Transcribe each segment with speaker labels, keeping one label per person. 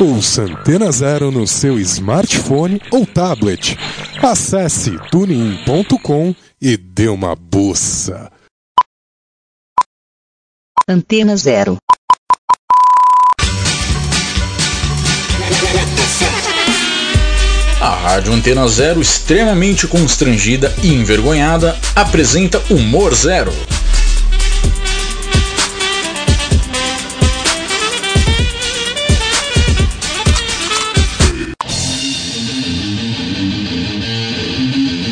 Speaker 1: Ouça Antena Um Zero no seu smartphone ou tablet. Acesse tunein.com e dê uma bussa.
Speaker 2: Antena Zero.
Speaker 3: A Rádio Antena Zero, extremamente constrangida e envergonhada, apresenta Humor Zero.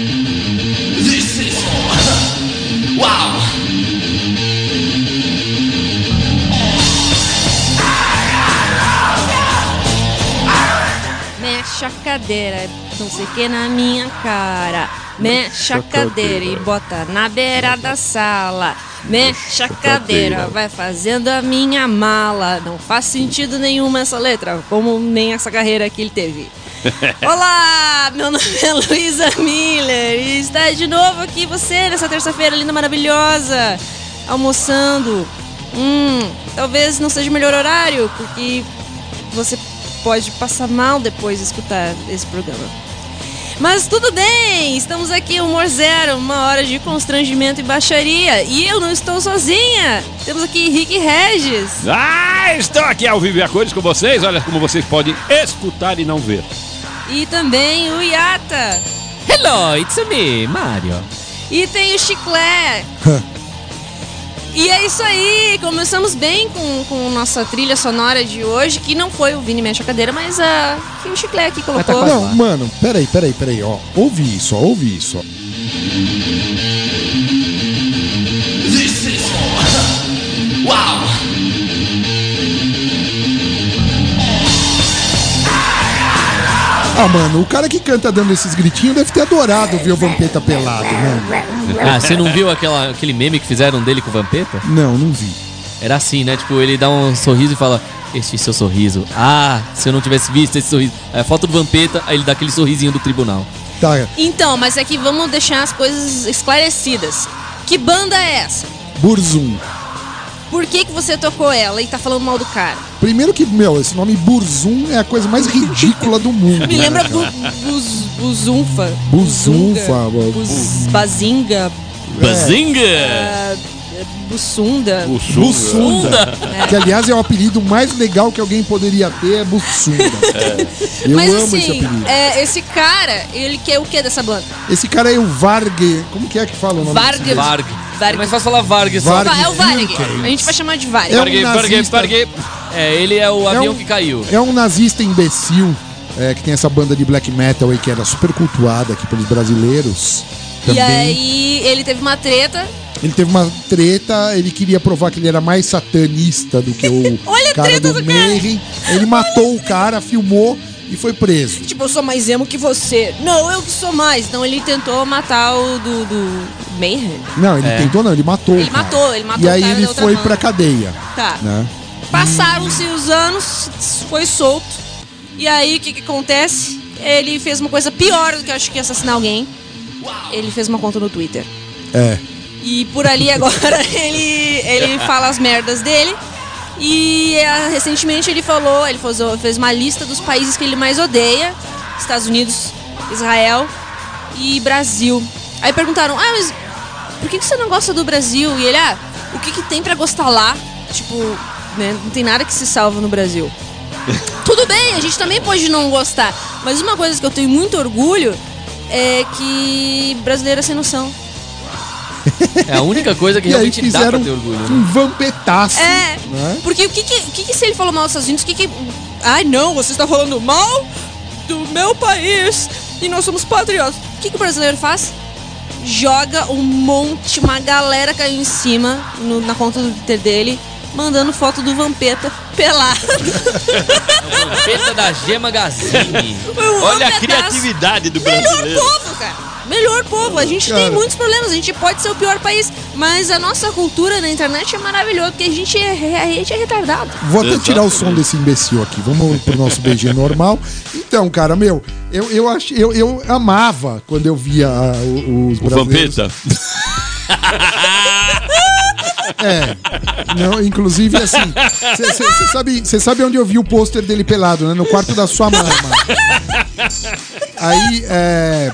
Speaker 4: This is wow.
Speaker 5: Mexe a cadeira, não sei o que na minha cara. Mexe a cadeira e bota na beira da sala. Mexe a cadeira, vai fazendo a minha mala. Não faz sentido nenhum essa letra, como nem essa carreira que ele teve. Olá, meu nome é Luísa Miller e está de novo aqui você nessa terça-feira linda, maravilhosa, almoçando. Hum, talvez não seja o melhor horário, porque você pode passar mal depois de escutar esse programa. Mas tudo bem, estamos aqui, Humor Zero, uma hora de constrangimento e baixaria. E eu não estou sozinha, temos aqui Rick Regis.
Speaker 6: Ah, estou aqui ao vivo e a cores com vocês. Olha como vocês podem escutar e não ver.
Speaker 5: E também o Yata.
Speaker 7: Hello, it's me, Mario.
Speaker 5: E tem o Chiclé. e é isso aí, começamos bem com, com nossa trilha sonora de hoje, que não foi o Vini Mexe a Cadeira, mas a que o Chiclé aqui
Speaker 7: tá
Speaker 5: colocou.
Speaker 7: quase.
Speaker 1: Não, mano, peraí, peraí, peraí, ó. Ouve isso, ó, ouve isso. ó.
Speaker 4: This is wow.
Speaker 1: Ah, mano, o cara que canta dando esses gritinhos deve ter adorado ver o Vampeta pelado, né? mano.
Speaker 7: Ah, você não viu aquela- aquele meme que fizeram dele com o Vampeta?
Speaker 1: Não, não vi.
Speaker 7: Era assim, né? Tipo, ele dá um sorriso e fala: Este seu sorriso. Ah, se eu não tivesse visto esse sorriso. Aí a foto do Vampeta, aí ele dá aquele sorrisinho do tribunal.
Speaker 1: Tá,
Speaker 5: Então, mas é que vamos deixar as coisas esclarecidas. Que banda é essa?
Speaker 1: Burzum.
Speaker 5: Por que, que você tocou ela e tá falando mal do cara?
Speaker 1: Primeiro que, meu, esse nome Burzum é a coisa mais ridícula do mundo.
Speaker 5: Me
Speaker 1: né,
Speaker 5: lembra
Speaker 1: cara?
Speaker 5: bu, buz, Buzunfa.
Speaker 1: Buzunfa,
Speaker 5: Buzunga, Buz, Bazinga, É,
Speaker 7: Bazinga!
Speaker 5: Bussunda.
Speaker 1: Bussunda. Que, aliás, é o apelido mais legal que alguém poderia ter, é Bussunda. Eu
Speaker 5: Mas
Speaker 1: amo
Speaker 5: assim,
Speaker 1: esse apelido.
Speaker 5: é, esse cara, ele quer o que dessa banda?
Speaker 1: Esse cara é o Varg. Como que é que fala o nome?
Speaker 5: Varg.
Speaker 1: desse cara?
Speaker 7: Varg.
Speaker 5: Varg.
Speaker 7: Mas faz falar Varg só.
Speaker 1: Varg.
Speaker 5: Va- É o Varg.
Speaker 1: Vilkens.
Speaker 5: A gente vai chamar de Varg.
Speaker 1: É
Speaker 7: Varg,
Speaker 1: um
Speaker 7: Varg,
Speaker 1: nazista.
Speaker 7: Varg. É, ele é o avião
Speaker 1: um-
Speaker 7: que caiu.
Speaker 1: É um nazista imbecil é, que tem essa banda de black metal aí que era super cultuada aqui pelos brasileiros.
Speaker 5: E
Speaker 1: Também.
Speaker 5: aí ele teve uma treta.
Speaker 1: Ele teve uma treta, ele queria provar que ele era mais satanista do que o
Speaker 5: Olha a
Speaker 1: cara
Speaker 5: treta
Speaker 1: do
Speaker 5: do cara.
Speaker 1: Mayhem. Ele matou o cara, filmou e foi preso.
Speaker 5: Tipo, eu sou mais emo que você. Não, eu que sou mais. Então ele tentou matar o do, do Mayhem.
Speaker 1: Não, ele tentou não, ele matou.
Speaker 5: Ele
Speaker 1: o cara.
Speaker 5: matou, ele matou
Speaker 1: E
Speaker 5: o
Speaker 1: aí
Speaker 5: cara
Speaker 1: ele
Speaker 5: da outra
Speaker 1: foi
Speaker 5: banda.
Speaker 1: pra cadeia,
Speaker 5: Tá.
Speaker 1: né?
Speaker 5: Passaram-se os anos, foi solto. E aí o que, que acontece? Ele fez uma coisa pior do que eu acho que assassinar alguém. Ele fez uma conta no Twitter.
Speaker 1: É.
Speaker 5: E por ali agora ele, ele fala as merdas dele. E eh, recentemente ele falou, ele fez, fez uma lista dos países que ele mais odeia: Estados Unidos, Israel e Brasil. Aí perguntaram: Ah, mas por que, que você não gosta do Brasil? E ele: Ah, o que, que tem pra gostar lá? Tipo, né, não tem nada que se salva no Brasil. Tudo bem, a gente também pode não gostar. Mas uma coisa que eu tenho muito orgulho é que brasileiro é sem noção.
Speaker 7: É a única coisa que
Speaker 1: E aí
Speaker 7: realmente dá pra
Speaker 1: fizeram
Speaker 7: ter orgulho. né?
Speaker 1: um vampetaço.
Speaker 5: É,
Speaker 1: Né?
Speaker 5: porque o que que, o que que se ele falou mal dos Estados Unidos, o que que... Ai, não, você está falando mal do meu país e nós somos patriotas. O que que o brasileiro faz? Joga um monte, uma galera caiu em cima no- na conta do Twitter dele, mandando foto do Vampeta pelado.
Speaker 7: Vampeta da G Magazine.
Speaker 5: O
Speaker 6: Olha a
Speaker 5: Vampetaço.
Speaker 6: criatividade do
Speaker 5: Melhor
Speaker 6: brasileiro.
Speaker 5: povo, cara. Melhor povo, a gente
Speaker 1: Cara.
Speaker 5: tem muitos problemas, a gente pode ser o pior país, mas a nossa cultura na internet é maravilhosa, porque a gente é, a gente é retardado.
Speaker 1: Vou até
Speaker 6: Exatamente.
Speaker 1: tirar o som desse imbecil aqui. Vamos pro nosso BG normal. Então, cara, meu, eu, eu, ach, eu, eu amava quando eu via ah, o- os
Speaker 6: O
Speaker 1: brasileiros.
Speaker 6: Vampeta.
Speaker 2: É. Não, inclusive, assim, você sabe, cê sabe onde eu vi o pôster dele pelado, né? No quarto da sua mama. Aí, é.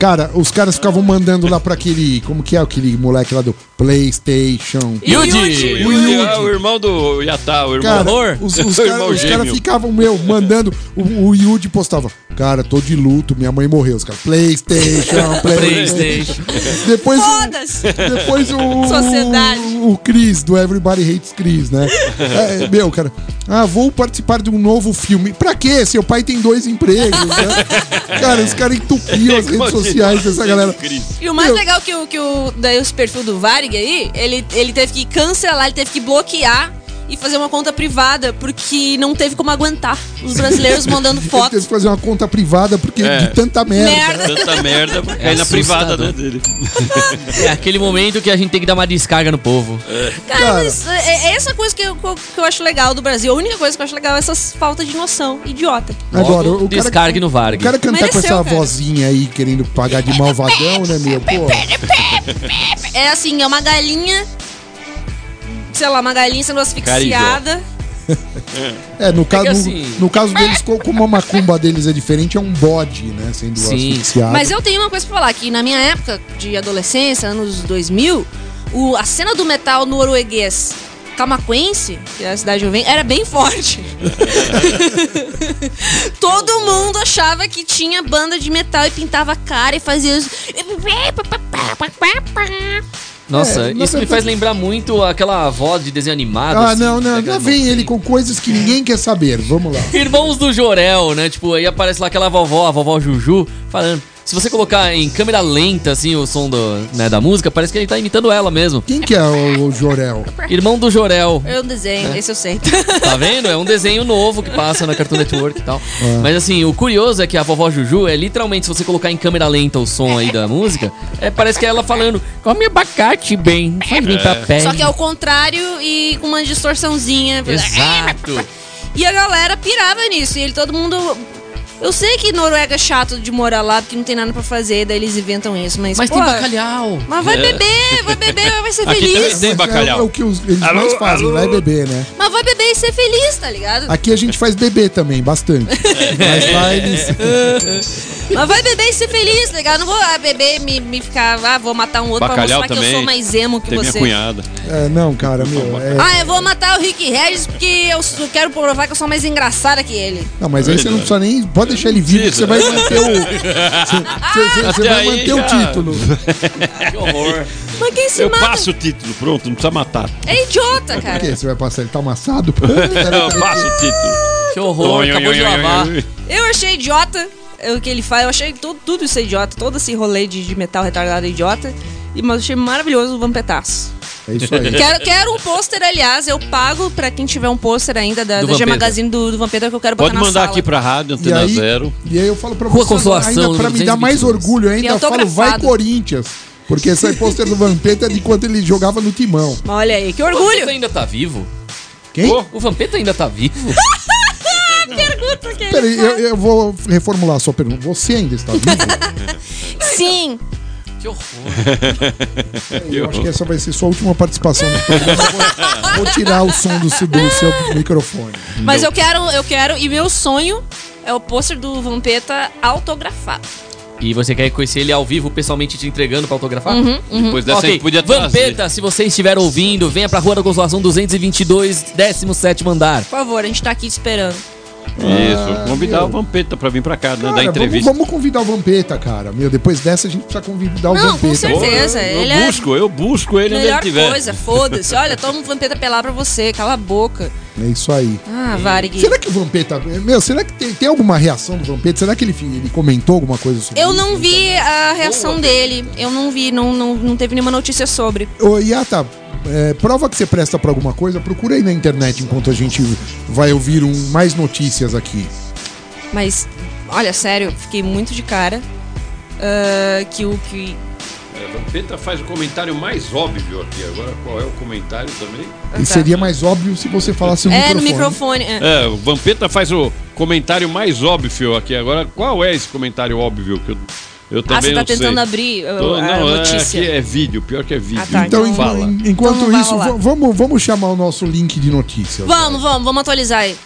Speaker 2: Cara, os caras ficavam mandando lá pra aquele. Como que é aquele moleque lá do PlayStation?
Speaker 7: Yuji!
Speaker 2: O Yuji.
Speaker 6: É o irmão do Yatá, o irmão.
Speaker 2: Cara,
Speaker 7: horror.
Speaker 2: os,
Speaker 6: Eu
Speaker 2: os
Speaker 6: sou
Speaker 2: caras
Speaker 6: irmão
Speaker 2: os caras
Speaker 6: gêmeo.
Speaker 2: ficavam, meu, mandando. O, o Yuji postava, cara, tô de luto, minha mãe morreu. Os caras, PlayStation, PlayStation.
Speaker 7: Playstation.
Speaker 2: Depois, o-
Speaker 5: Foda-se!
Speaker 2: depois o.
Speaker 5: Sociedade.
Speaker 2: O, o Chris, do Everybody Hates Chris, né? É, meu, cara, ah, vou participar de um novo filme. Pra quê? Seu pai tem dois empregos, né? Cara, os caras entupiam as redes sociais dessa galera.
Speaker 5: E o mais
Speaker 2: Meu.
Speaker 5: legal que o, que o daí os perfil do Varig aí, ele, ele teve que cancelar, ele teve que bloquear e fazer uma conta privada, porque não teve como aguentar os brasileiros mandando
Speaker 2: Ele teve
Speaker 5: fotos.
Speaker 2: que fazer uma conta privada porque
Speaker 6: É.
Speaker 2: de tanta merda.
Speaker 5: Merda!
Speaker 6: Tanta merda pra
Speaker 5: É
Speaker 6: cair na
Speaker 7: assustador.
Speaker 6: privada né, dele.
Speaker 7: É aquele momento que a gente tem que dar uma descarga no povo.
Speaker 5: Cara,
Speaker 2: Cara.
Speaker 5: mas é, é essa coisa que eu, que eu acho legal do Brasil. A única coisa que eu acho legal é essas faltas de noção. Idiota.
Speaker 2: Agora,
Speaker 7: Logo,
Speaker 2: o cara-
Speaker 7: descargue no
Speaker 2: O
Speaker 7: Varg.
Speaker 2: cara cantar com
Speaker 5: Mereceu,
Speaker 2: essa
Speaker 5: cara.
Speaker 2: vozinha aí querendo pagar de malvadão, né, meu? Pô,
Speaker 5: É assim, é uma galinha. Sei lá, uma galinha sendo asfixiada.
Speaker 2: é, no caso,
Speaker 7: assim-
Speaker 2: no caso deles, co- como a macumba deles é diferente, é um bode, né? Sendo
Speaker 7: Sim.
Speaker 2: asfixiado.
Speaker 5: Mas eu tenho uma coisa pra falar, que na minha época de adolescência, anos 2000, o, a cena do metal norueguês camaquense, que é a cidade que eu venho, era bem forte. Todo mundo achava que tinha banda de metal e pintava a cara e fazia... os-
Speaker 7: Nossa,
Speaker 2: É, na
Speaker 7: isso me
Speaker 2: verdade-
Speaker 7: faz lembrar muito aquela voz de desenho animado.
Speaker 2: Ah,
Speaker 7: assim,
Speaker 2: não, não, já
Speaker 7: daquela
Speaker 2: vem
Speaker 7: mãozinha.
Speaker 2: ele com coisas que ninguém quer saber. Vamos lá.
Speaker 7: Irmãos do Jorel, né? Tipo, aí aparece lá aquela vovó, a vovó Juju, falando. Se você colocar em câmera lenta, assim, o som do, né, da música, parece que ele tá imitando ela mesmo.
Speaker 2: Quem que é o, o Jorel?
Speaker 7: Irmão do Jorel.
Speaker 5: Eu desenho, esse eu sei.
Speaker 7: Tá vendo? É um desenho novo que passa na Cartoon Network e tal. Mas assim, o curioso é que a vovó Juju é literalmente, se você colocar em câmera lenta o som aí da música, é, parece que é ela falando: Come abacate bem, faz bem pra pele.
Speaker 5: Só que é o contrário e com uma distorçãozinha. É,
Speaker 7: Exato.
Speaker 5: E a galera pirava nisso. E ele, todo mundo. Eu sei que Noruega é chato de morar lá, porque não tem nada pra fazer, daí eles inventam isso, mas.
Speaker 7: Mas
Speaker 5: pô,
Speaker 7: tem bacalhau.
Speaker 5: Mas vai beber, vai beber, vai ser
Speaker 6: É. Aqui
Speaker 5: feliz.
Speaker 6: também tem
Speaker 2: É,
Speaker 6: bacalhau.
Speaker 2: o que os- eles
Speaker 6: Alô,
Speaker 2: mais fazem,
Speaker 6: alô.
Speaker 2: vai beber, né?
Speaker 5: Mas vai beber e ser feliz, tá ligado?
Speaker 2: Aqui a gente faz beber também, bastante. Mas lá eles.
Speaker 5: Mas vai beber e ser feliz, tá ligado? Não vou ah, beber e me, me ficar, ah, vou matar um outro pra
Speaker 6: Bacalhau
Speaker 5: mostrar que eu
Speaker 6: também.
Speaker 5: sou mais emo que
Speaker 6: Tem minha
Speaker 5: você.
Speaker 6: cunhada.
Speaker 2: É, não, cara, meu. é-
Speaker 5: Ah, eu vou matar o Rick Regis porque eu sou- quero provar que eu sou mais engraçada que ele.
Speaker 2: Não, mas aí você não precisa nem. Pode deixar ele vivo, que você vai manter o. Você, você- você
Speaker 6: Até
Speaker 2: vai
Speaker 6: aí
Speaker 2: manter
Speaker 6: já-
Speaker 2: o título.
Speaker 7: Que horror.
Speaker 5: Mas quem se
Speaker 6: Eu
Speaker 5: mata
Speaker 6: passo o título, pronto, não precisa matar.
Speaker 5: é idiota, cara.
Speaker 2: Por quê? Você vai passar ele tá amassado?
Speaker 6: Eu passo o título.
Speaker 7: Que horror. Acabou de lavar.
Speaker 5: Eu achei idiota é o que ele faz. Eu achei tudo, tudo isso é idiota. Todo esse rolê de, de metal retardado é idiota. E, mas eu achei maravilhoso o Vampetaço.
Speaker 2: É isso aí.
Speaker 5: Quero, quero um pôster, aliás. Eu pago pra quem tiver um pôster ainda da,
Speaker 7: Do
Speaker 5: da G
Speaker 7: Vampeta.
Speaker 5: Magazine do, do Vampeta que eu quero botar
Speaker 6: Pode
Speaker 5: na
Speaker 6: mandar
Speaker 5: sala.
Speaker 6: aqui pra rádio,
Speaker 2: E
Speaker 6: antena
Speaker 2: aí,
Speaker 6: zero.
Speaker 2: e aí eu falo pra
Speaker 7: Rua
Speaker 2: você,
Speaker 7: Consolação,
Speaker 2: ainda pra
Speaker 7: número
Speaker 2: me dar mais
Speaker 7: 222.
Speaker 2: orgulho ainda,
Speaker 5: E
Speaker 2: eu falo vai
Speaker 5: autografado.
Speaker 2: Corinthians. Porque esse pôster do Vampeta é de quando ele jogava no timão.
Speaker 5: Mas Olha aí, que
Speaker 7: O Vampeta
Speaker 5: orgulho!
Speaker 7: ainda tá vivo?
Speaker 2: Quem?
Speaker 7: O Vampeta ainda tá vivo?
Speaker 5: Pergunta que ele
Speaker 2: Peraí,
Speaker 5: faz.
Speaker 2: eu, eu vou reformular a sua pergunta. Você ainda está vivo?
Speaker 5: Sim,
Speaker 7: Que horror.
Speaker 2: Eu acho que é essa vai ser sua última participação no programa. Eu Vou, vou tirar o som do, seu- do seu microfone.
Speaker 5: mas eu quero, eu quero, e meu sonho é o pôster do Vampeta autografado.
Speaker 7: E você quer conhecer ele ao vivo, pessoalmente te entregando pra autografar?
Speaker 5: Uhum.
Speaker 6: Depois dessa aí
Speaker 7: Ok,
Speaker 6: que podia trazer.
Speaker 7: Vampeta, se você estiver ouvindo, venha pra Rua da Consolação 222, 17 andar.
Speaker 5: Por favor, a gente tá aqui te esperando.
Speaker 6: Isso, vou convidar
Speaker 2: meu.
Speaker 6: o Vampeta pra vir pra cá, né, dar
Speaker 2: Ah. Cara, vamos,
Speaker 6: entrevista.
Speaker 2: vamos convidar o Vampeta, cara. Meu, depois dessa a gente precisa convidar o
Speaker 5: Não, com
Speaker 2: Vampeta.
Speaker 5: certeza. Beleza,
Speaker 6: eu,
Speaker 5: ele é-
Speaker 6: busco, eu busco ele onde ele
Speaker 5: Melhor
Speaker 6: estiver.
Speaker 5: coisa, foda-se. Olha, toma um Vampeta pelar pra você, cala a boca.
Speaker 2: É isso aí.
Speaker 5: Ah, Varig.
Speaker 2: Será que o Vampeta. Meu, será que tem, tem alguma reação do Vampeta? Será que ele, ele comentou alguma coisa sobre
Speaker 5: Eu
Speaker 2: isso?
Speaker 5: não vi a reação dele. Eu não vi, não, não, não teve nenhuma notícia sobre.
Speaker 2: Ô, Iata, é, prova que você presta pra alguma coisa, procura aí na internet enquanto a gente vai ouvir um, mais notícias aqui.
Speaker 5: Mas, olha, sério, fiquei muito de cara. ah, que o que.
Speaker 6: É, Vampeta faz o comentário mais óbvio aqui. Agora, qual é o comentário também?
Speaker 2: E seria mais óbvio se você falasse no
Speaker 5: É, no
Speaker 2: microfone.
Speaker 5: microfone. é.
Speaker 6: É, o Vampeta faz o comentário mais óbvio aqui. Agora, qual é esse comentário óbvio que eu Eu
Speaker 5: Ah,
Speaker 6: também
Speaker 5: você tá
Speaker 6: não sei.
Speaker 5: tentando abrir uh,
Speaker 6: Tô-
Speaker 5: a
Speaker 6: não, é-
Speaker 5: notícia.
Speaker 6: aqui é vídeo, pior que é vídeo.
Speaker 5: Ah, tá,
Speaker 2: Então, en-
Speaker 6: fala.
Speaker 2: en- enquanto
Speaker 5: Então não vai
Speaker 2: isso,
Speaker 5: rolar.
Speaker 2: va- vamos, vamos chamar o nosso link de notícias. né?
Speaker 5: Vamos, vamos, vamos atualizar aí.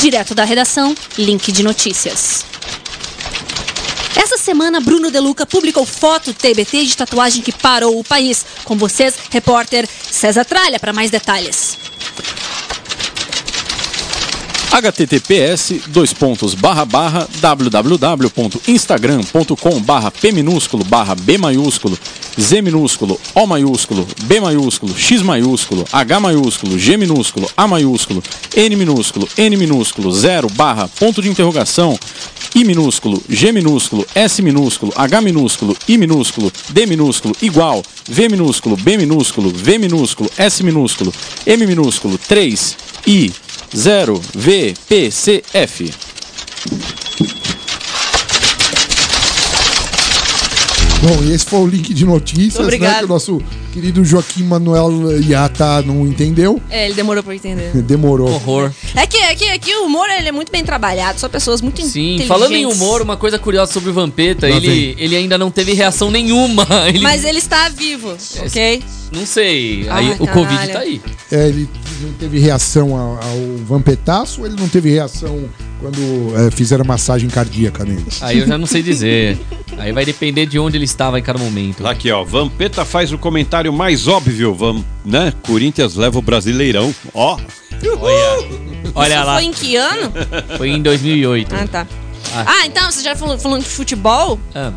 Speaker 5: Direto da redação, link de notícias. Essa semana, Bruno Deluca publicou foto TBT de tatuagem que parou o país. Com vocês, repórter César Tralha, para mais detalhes.
Speaker 8: https dois pontos barra barra www.instagram.com barra p minúsculo barra b maiúsculo z minúsculo o maiúsculo b maiúsculo x maiúsculo h maiúsculo g minúsculo a maiúsculo n minúsculo n minúsculo zero barra ponto de interrogação i minúsculo g minúsculo s minúsculo h minúsculo i minúsculo d minúsculo igual v minúsculo b minúsculo v minúsculo s minúsculo m minúsculo 3 i 0VPCF.
Speaker 2: Bom, e esse foi o link de notícias, né?
Speaker 5: Obrigado.
Speaker 2: Que o nosso querido Joaquim Manuel Iata não entendeu.
Speaker 5: É, ele demorou pra entender.
Speaker 2: Demorou.
Speaker 7: Horror.
Speaker 5: É que, é que, é que o humor ele é muito bem trabalhado, são pessoas muito
Speaker 7: Sim,
Speaker 5: inteligentes.
Speaker 7: falando em humor, uma coisa curiosa sobre o Vampeta,
Speaker 2: Lá
Speaker 7: ele, ele ainda não teve reação nenhuma. Ele,
Speaker 5: Mas ele está vivo, ok?
Speaker 7: Não sei. Aí
Speaker 5: Ai,
Speaker 7: o Covid
Speaker 5: canalha.
Speaker 7: tá aí.
Speaker 2: É, ele não teve reação ao, ao vampetaço, ele não teve reação quando é, fizeram massagem cardíaca nele.
Speaker 7: Aí eu já não sei dizer. Aí vai depender de onde ele estava em cada momento.
Speaker 6: Tá aqui, ó. Vampeta faz o comentário mais óbvio, Vam, né? Corinthians leva o Brasileirão. Ó,
Speaker 7: Olha
Speaker 5: Isso
Speaker 7: lá,
Speaker 5: Foi em que ano?
Speaker 7: foi em 2008.
Speaker 5: Ah, tá. Ah, então, você já falou, falando de futebol?
Speaker 7: Ah.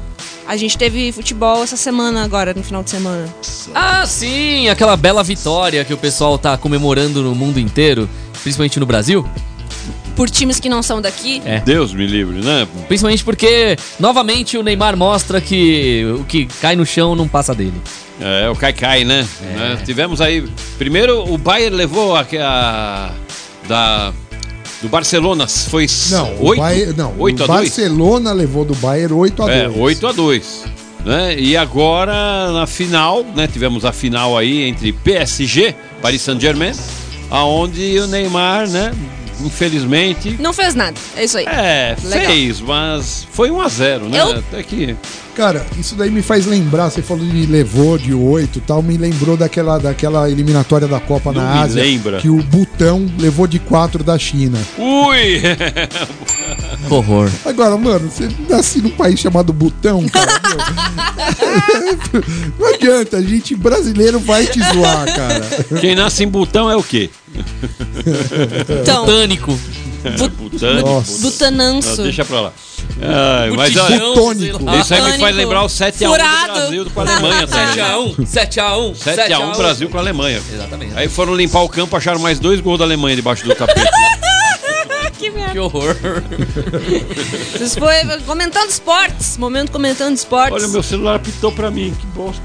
Speaker 5: A gente teve futebol essa semana agora, no final de semana.
Speaker 7: Ah, sim, aquela bela vitória que o pessoal tá comemorando no mundo inteiro, principalmente no Brasil.
Speaker 5: Por times que não são daqui.
Speaker 7: É.
Speaker 6: Deus me livre, né?
Speaker 7: Principalmente porque, novamente, o Neymar mostra que o que cai no chão não passa dele.
Speaker 6: É, o Caicai, né?
Speaker 2: É.
Speaker 6: Né? Tivemos aí. Primeiro, o Bayern levou a. a- da, do Barcelona. Foi
Speaker 2: Não, o,
Speaker 6: 8,
Speaker 2: Bayern- é um não,
Speaker 6: 8
Speaker 2: o
Speaker 6: a 2.
Speaker 2: Barcelona levou do Bayern 8 a 2.
Speaker 6: É, 8 a 2 né? E agora, na final, né? Tivemos a final aí entre PSG, Paris Saint-Germain, aonde o Neymar, né? Infelizmente.
Speaker 5: Não fez nada. É isso aí.
Speaker 6: É,
Speaker 5: Legal.
Speaker 6: fez, mas foi 1 a 0 né?
Speaker 5: Eu-
Speaker 6: Até que.
Speaker 2: Cara, isso daí me faz lembrar, você falou de levou de 8 e tal, me lembrou daquela, daquela eliminatória da Copa
Speaker 6: Não
Speaker 2: na
Speaker 6: me
Speaker 2: Ásia.
Speaker 6: lembra.
Speaker 2: Que o Butão levou de 4 da China.
Speaker 6: Ui!
Speaker 7: Horror.
Speaker 2: Agora, mano, você nasce num país chamado Butão, cara. meu. Não adianta, a gente brasileiro vai te zoar, cara.
Speaker 6: Quem nasce em Butão é o quê?
Speaker 5: Então,
Speaker 7: Tânico.
Speaker 6: Butânico.
Speaker 2: Nossa.
Speaker 5: Butananço.
Speaker 6: É, Não, Ah, deixa pra lá. Ai, mas olha,
Speaker 2: Butônico.
Speaker 7: Ah,
Speaker 6: isso é aí me faz
Speaker 5: Botânico.
Speaker 6: lembrar o 7x1 do
Speaker 5: Furado. um.
Speaker 6: Brasil com a Alemanha também.
Speaker 7: 7x1, 7x1,
Speaker 6: 7x1 Brasil com a Alemanha.
Speaker 7: Exatamente.
Speaker 6: Aí foram limpar o campo, acharam mais dois gols da Alemanha debaixo do tapete.
Speaker 5: Que merda.
Speaker 7: Que horror.
Speaker 5: Isso foi comentando esportes. Momento comentando esportes.
Speaker 6: Olha, meu celular apitou pra mim, que bosta.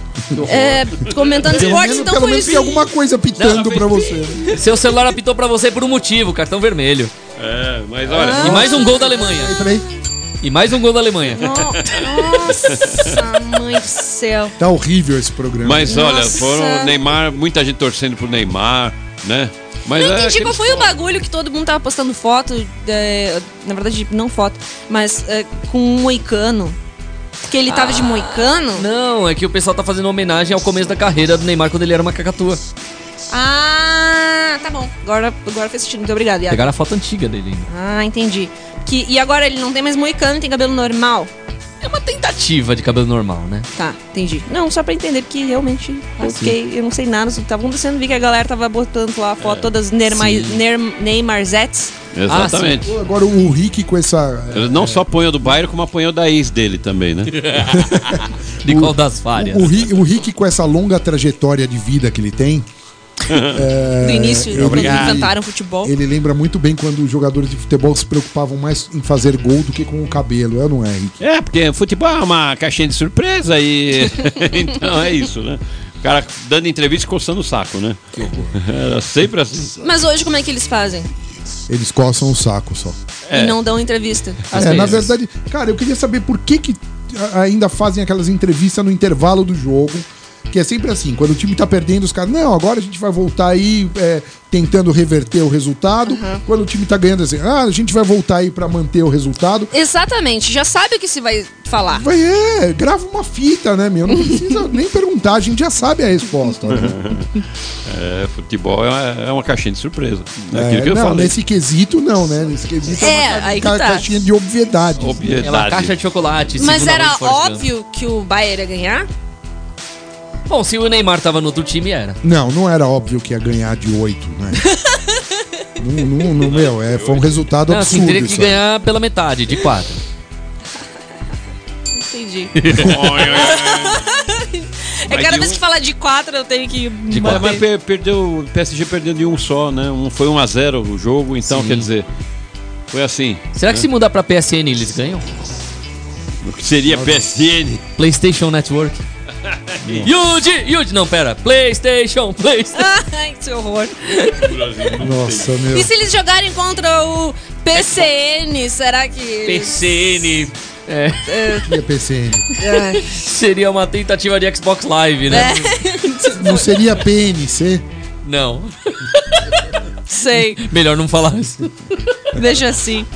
Speaker 5: É, comentando
Speaker 2: Pelo
Speaker 5: esportes,
Speaker 2: menos,
Speaker 5: então
Speaker 2: pelo
Speaker 5: foi
Speaker 2: menos
Speaker 5: isso.
Speaker 2: tem alguma coisa pitando
Speaker 6: Não,
Speaker 2: pra você.
Speaker 7: Seu celular apitou pra você por um motivo, cartão vermelho.
Speaker 6: É, mas olha,
Speaker 7: E mais um gol da Alemanha.
Speaker 2: Peraí,
Speaker 7: E mais um gol da Alemanha.
Speaker 5: Nossa, mãe do céu.
Speaker 2: tá horrível esse programa.
Speaker 6: mas olha,
Speaker 5: Ah, Nossa.
Speaker 6: foram o Neymar, muita gente torcendo pro Neymar, né? Mas
Speaker 5: Não
Speaker 6: é
Speaker 5: entendi
Speaker 6: aquele-
Speaker 5: qual foi o bagulho que todo mundo tava postando foto, é, na verdade não foto, mas é, com um moicano. Que ele tava de
Speaker 6: Ah.
Speaker 5: moicano?
Speaker 7: Não, é que o pessoal tá fazendo homenagem ao começo da carreira do Neymar quando ele era uma cacatua.
Speaker 5: Ah, tá bom. Agora, agora fez sentido. Muito obrigada, Iago.
Speaker 7: Pegaram a foto antiga dele ainda.
Speaker 5: Ah, entendi. Que, e agora ele não tem mais moicano, tem cabelo normal?
Speaker 7: É uma tentativa de cabelo normal, né?
Speaker 5: Tá, entendi. Não, só pra entender, porque realmente eu fiquei, eu não sei nada sobre o que tava acontecendo. Vi que a galera tava botando lá a foto todas Neymar,
Speaker 7: Sim.
Speaker 5: Neym- Neymarzettes.
Speaker 6: Exatamente.
Speaker 2: Pô, Agora o Rick com essa.
Speaker 6: Ele não só apanhou do Bayern, como apanhou da ex dele também, né?
Speaker 7: De qual das várias?
Speaker 2: O Rick, o Rick com essa longa trajetória de vida que ele tem,
Speaker 5: do início, quando
Speaker 2: obrigado.
Speaker 5: inventaram futebol.
Speaker 2: ele lembra muito bem quando os jogadores de futebol se preocupavam mais em fazer gol do que com o cabelo, é ou não é, Rick?
Speaker 6: É, porque futebol é uma caixinha de surpresa e. então é isso, né? O cara dando entrevista e coçando o saco, né? Era sempre assim.
Speaker 5: Mas hoje como é que eles fazem?
Speaker 2: Eles coçam o saco só.
Speaker 5: E não dão entrevista.
Speaker 7: Às
Speaker 2: é, na
Speaker 7: vezes.
Speaker 2: verdade, cara, eu queria saber por que, que a- ainda fazem aquelas entrevistas no intervalo do jogo. Que é sempre assim, quando o time tá perdendo, os caras, não, agora a gente vai voltar aí é, tentando reverter o resultado. Quando o time tá ganhando, assim, ah, a gente vai voltar aí pra manter o resultado.
Speaker 5: Exatamente, já sabe o que se vai falar.
Speaker 2: Vai, é, grava uma fita, né, meu? Não precisa nem perguntar, a gente já sabe a resposta. né?
Speaker 6: É, futebol é uma, é uma caixinha de surpresa. É aquilo
Speaker 2: É,
Speaker 6: que eu
Speaker 2: não,
Speaker 6: falei.
Speaker 2: nesse quesito não, né? Nesse quesito
Speaker 5: É,
Speaker 2: uma ca-
Speaker 5: aí que
Speaker 2: ca-
Speaker 5: tá.
Speaker 2: caixinha de obviedade.
Speaker 6: Obviedade.
Speaker 7: Ela caixa de chocolate.
Speaker 5: Mas
Speaker 7: segundo a
Speaker 5: era
Speaker 7: Wayne Forte, né?
Speaker 5: óbvio que o Bayern ia ganhar?
Speaker 7: Bom, se o Neymar tava no outro time, era.
Speaker 2: Não, não era óbvio que ia ganhar de 8, né? não, não, não, meu, é, foi um resultado
Speaker 7: Não, assim,
Speaker 2: absurdo.
Speaker 7: teria que
Speaker 2: isso é. aí.
Speaker 7: ganhar pela metade, de quatro.
Speaker 5: Entendi. É
Speaker 6: Vai
Speaker 5: cada
Speaker 6: de
Speaker 5: vez
Speaker 6: um.
Speaker 5: que fala de quatro, eu tenho que.
Speaker 6: Mas,
Speaker 5: bater.
Speaker 6: mas per- perdeu, o PSG perdeu de um só, né? Um, foi 1 a 0 o jogo, então quer dizer. Foi assim.
Speaker 7: Será que se mudar pra PSN eles ganham?
Speaker 6: O que seria PSN?
Speaker 7: PlayStation Network. Yuji! Yuji! Não, pera. PlayStation! PlayStation!
Speaker 5: Ai, que horror.
Speaker 2: Nossa, meu.
Speaker 5: E se eles jogarem contra o PCN, será que. eles-
Speaker 7: PCN! É,
Speaker 2: que é PCN?
Speaker 7: seria uma tentativa de Xbox Live,
Speaker 5: É.
Speaker 7: né?
Speaker 2: Não seria PNC?
Speaker 7: Não.
Speaker 5: Sei,
Speaker 7: Melhor não falar isso.
Speaker 5: deixa assim.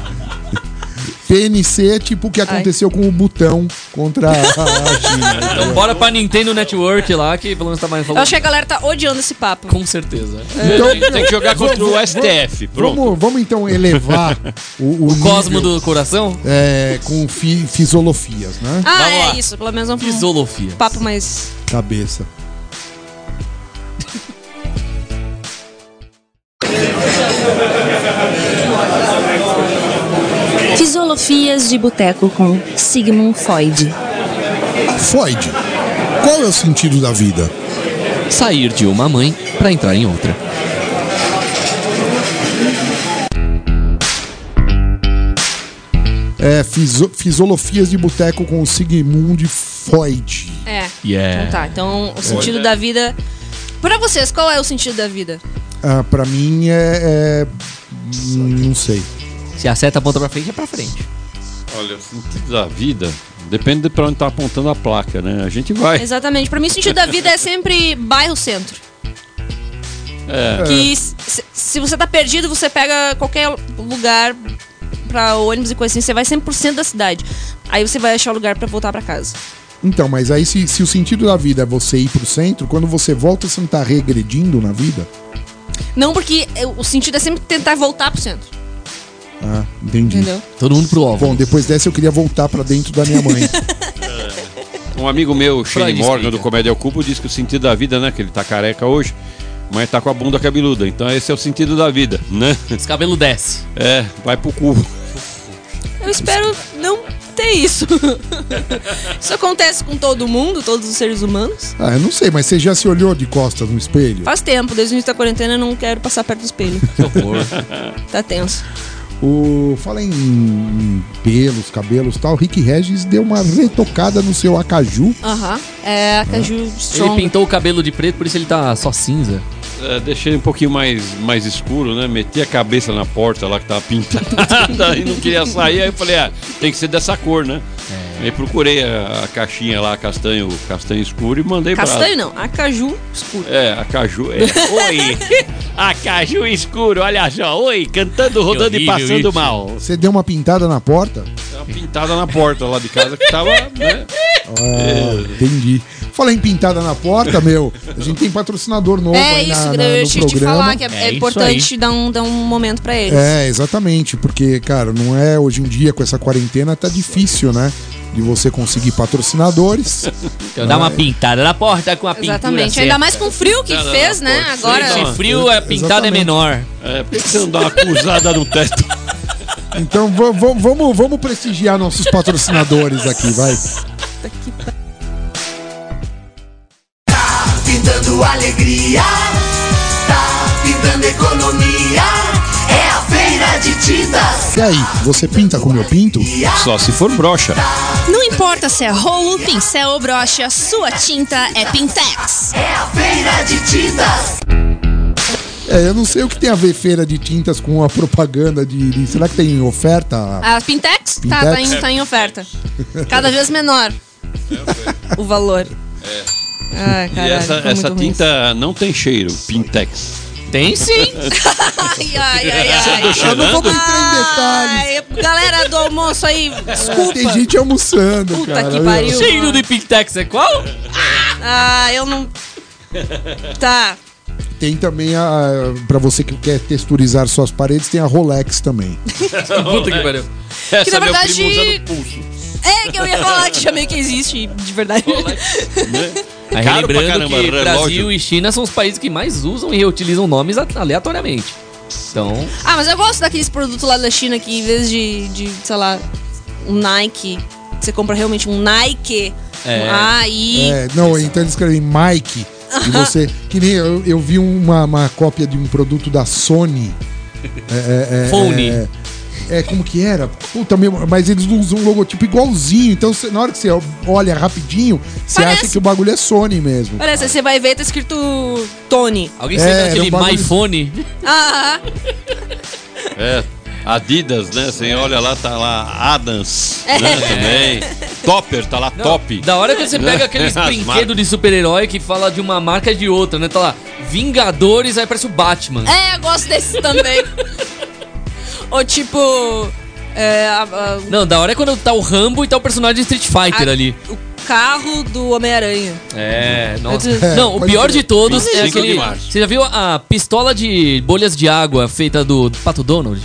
Speaker 2: PNC é tipo o que aconteceu com o Butão contra a a China.
Speaker 7: Então bora pra Nintendo Network lá, que pelo menos tá mais
Speaker 5: Eu
Speaker 7: falando.
Speaker 5: acho que a galera tá odiando esse papo.
Speaker 7: Com certeza.
Speaker 2: Então,
Speaker 6: Tem que jogar contra o STF. Pronto.
Speaker 2: vamos, vamos então elevar o, o,
Speaker 7: O Cosmo
Speaker 2: nível,
Speaker 7: do Coração?
Speaker 2: é, com fi, fisiologias, né?
Speaker 5: Ah,
Speaker 7: Vamos
Speaker 5: é
Speaker 7: lá.
Speaker 5: isso. Pelo menos um
Speaker 7: Isolofia.
Speaker 5: papo mais.
Speaker 2: Cabeça.
Speaker 9: Fisiologias de Boteco com Sigmund Freud.
Speaker 2: Freud, qual é o sentido da vida?
Speaker 7: Sair de uma mãe pra entrar em outra.
Speaker 2: É fiso, Fisiologias de Boteco com o Sigmund Freud.
Speaker 5: É.
Speaker 7: Yeah.
Speaker 5: Então tá. Então o sentido da vida. Pra vocês, qual é o sentido da vida?
Speaker 2: Ah, pra mim é, é. Não sei.
Speaker 7: Se a seta aponta pra frente, é pra frente.
Speaker 6: Olha, o sentido da vida depende de pra onde tá apontando a placa, né? A gente vai.
Speaker 5: Exatamente. Pra mim, o sentido da vida é sempre bairro-centro.
Speaker 6: É.
Speaker 5: Que se, se você tá perdido, você pega qualquer lugar pra ônibus e coisa assim. Você vai 100% da cidade. Aí você vai achar o lugar pra voltar pra casa.
Speaker 2: Então, mas aí se, se o sentido da vida é você ir pro centro, quando você volta, você não tá regredindo na vida?
Speaker 5: Não porque é, o sentido é sempre tentar voltar pro centro.
Speaker 2: Ah, entendi.
Speaker 5: Entendeu?
Speaker 7: Todo mundo pro alvo.
Speaker 2: Bom, depois dessa eu queria voltar pra dentro da minha mãe.
Speaker 6: Um amigo meu, Shane
Speaker 7: Freud
Speaker 6: Morgan, do
Speaker 7: explica.
Speaker 6: Comédia ao Cubo, diz que o sentido da vida, né? Que ele tá careca hoje, mas tá com a bunda cabeluda. Então esse é o sentido da vida, né?
Speaker 7: Os cabelos desce.
Speaker 6: É, vai pro cu.
Speaker 5: Eu espero não ter isso. isso acontece com todo mundo, todos os seres humanos.
Speaker 2: ah, eu não sei, mas você já se olhou de costas no espelho?
Speaker 5: Faz tempo, desde o início da quarentena eu não quero passar perto do espelho.
Speaker 7: Que horror.
Speaker 5: Tá tenso.
Speaker 2: O, fala em, em pelos, cabelos e tal, Rick Regis deu uma retocada no seu acaju.
Speaker 5: Aham. É a Caju Strong.
Speaker 7: Ele pintou o cabelo de preto, por isso ele tá só cinza.
Speaker 6: É, deixei um pouquinho mais, mais escuro, né? Meti a cabeça na porta lá que tava pintada e não queria sair. Aí eu falei, ah, tem que ser dessa cor, né? Aí procurei a, a caixinha lá, castanho, castanho escuro, e mandei
Speaker 5: Castanho não, a Caju
Speaker 6: pra. É, a caju. É. Oi! A caju escuro, olha só. Oi, cantando, rodando e
Speaker 7: horrível
Speaker 6: passando
Speaker 7: isso.
Speaker 6: mal.
Speaker 2: Você deu uma pintada na porta?
Speaker 6: Tava pintada na porta lá de casa que tava, né?
Speaker 2: Ah, entendi. Fala em pintada na porta, meu. A gente tem patrocinador novo
Speaker 5: É
Speaker 2: aí na,
Speaker 5: isso,
Speaker 2: na,
Speaker 5: eu
Speaker 2: no
Speaker 5: tinha te
Speaker 2: programa.
Speaker 5: falar que é,
Speaker 7: É
Speaker 5: é
Speaker 7: isso
Speaker 5: importante dar um, dar um momento pra eles.
Speaker 2: É, exatamente, porque, cara, não é hoje em dia com essa quarentena tá difícil, né? De você conseguir patrocinadores.
Speaker 7: Então dá uma pintada na porta com a pintura assim,
Speaker 5: Exatamente. Ainda mais com o frio que
Speaker 6: Não,
Speaker 5: fez,
Speaker 6: não,
Speaker 5: né?
Speaker 6: pode ser,
Speaker 5: Agora.
Speaker 6: não.
Speaker 7: Se frio, a pintada é
Speaker 2: Exatamente.
Speaker 7: menor.
Speaker 6: É, por que que você não dá uma cruzada no teto?
Speaker 2: Então va- va- vamos, vamos prestigiar nossos patrocinadores aqui, vai.
Speaker 4: Tá dando alegria, tá pintando economia. É a feira de tintas.
Speaker 2: E aí, você pinta como eu pinto?
Speaker 6: Só se for brocha.
Speaker 5: Não importa se é rolo, pincel ou brocha, sua tinta é Pintex.
Speaker 4: É a feira de tintas.
Speaker 2: É, eu não sei o que tem a ver feira de tintas com a propaganda de. de- será que tem oferta?
Speaker 5: A Pintex, Tá,
Speaker 2: Pintex?
Speaker 5: tá, em, tá em oferta. Cada vez menor o valor. Ai,
Speaker 6: E
Speaker 5: caralho,
Speaker 6: essa,
Speaker 5: ficou
Speaker 6: essa
Speaker 5: muito ruim isso.
Speaker 6: tinta não tem cheiro, Pintex.
Speaker 7: Tem sim.
Speaker 5: Ai, ai, ai, ai.
Speaker 2: Eu não vou entrar em detalhes.
Speaker 5: Ai, galera do almoço aí, desculpa.
Speaker 2: Tem gente almoçando,
Speaker 5: Puta
Speaker 2: cara.
Speaker 5: que
Speaker 2: viu?
Speaker 5: pariu.
Speaker 7: Cheiro de Pintex é qual?
Speaker 5: Ah, eu não. Tá.
Speaker 2: Tem também a. Pra você que quer texturizar suas paredes, tem a Rolex também.
Speaker 7: Puta que pariu.
Speaker 6: Essa
Speaker 5: Que, na
Speaker 6: meu
Speaker 5: verdade-
Speaker 6: primo usa no pulso.
Speaker 5: É que eu ia falar que já meio que existe, de verdade.
Speaker 7: Aí,
Speaker 6: Caro pra
Speaker 7: lembrando
Speaker 6: caramba,
Speaker 7: que
Speaker 6: relógio.
Speaker 7: Brasil e China são os países que mais usam e reutilizam nomes a- aleatoriamente. Então,
Speaker 5: Ah, mas eu gosto daqueles produtos lá da China que em vez de, de sei lá, um Nike, você compra realmente um Nike.
Speaker 7: É.
Speaker 5: Aí.
Speaker 2: É, não, então eles escrevem Mike. E você. Que nem eu, eu vi uma, uma cópia de um produto da Sony. É, é, é,
Speaker 7: Phone.
Speaker 2: É, é, como que era? Puta, meu, mas eles usam um logotipo igualzinho. Então, você- na hora que você olha rapidinho, você
Speaker 5: Parece-
Speaker 2: acha que o bagulho é Sony mesmo.
Speaker 5: Parece, aí você vai ver, tá escrito Tony.
Speaker 7: alguém
Speaker 2: É,
Speaker 7: sabe
Speaker 2: era
Speaker 7: daquele
Speaker 2: um bagulho-
Speaker 7: MyPhone?
Speaker 5: Ah,
Speaker 6: É. Adidas, né? Você olha lá, tá lá Adams, né? Também. Topper, tá lá Top.
Speaker 7: Da hora que você pega aqueles
Speaker 6: É. As
Speaker 7: brinquedos
Speaker 6: marcas.
Speaker 7: de super-herói que fala de uma marca e de outra, né? Tá lá, Vingadores, aí parece o Batman.
Speaker 5: é, eu gosto desses também. Ou tipo. É, a- a-
Speaker 7: Não, da hora é quando tá o Rambo e tá o personagem de Street Fighter
Speaker 2: Ah.
Speaker 5: A-
Speaker 7: ali.
Speaker 5: o carro do Homem-Aranha.
Speaker 7: É, nossa.
Speaker 5: É,
Speaker 7: Não, o
Speaker 2: pode
Speaker 7: pior
Speaker 2: crer.
Speaker 7: de todos é
Speaker 6: 25 de
Speaker 7: aquele.
Speaker 6: março.
Speaker 7: Você já viu a pistola de bolhas de água feita do Pato Donald?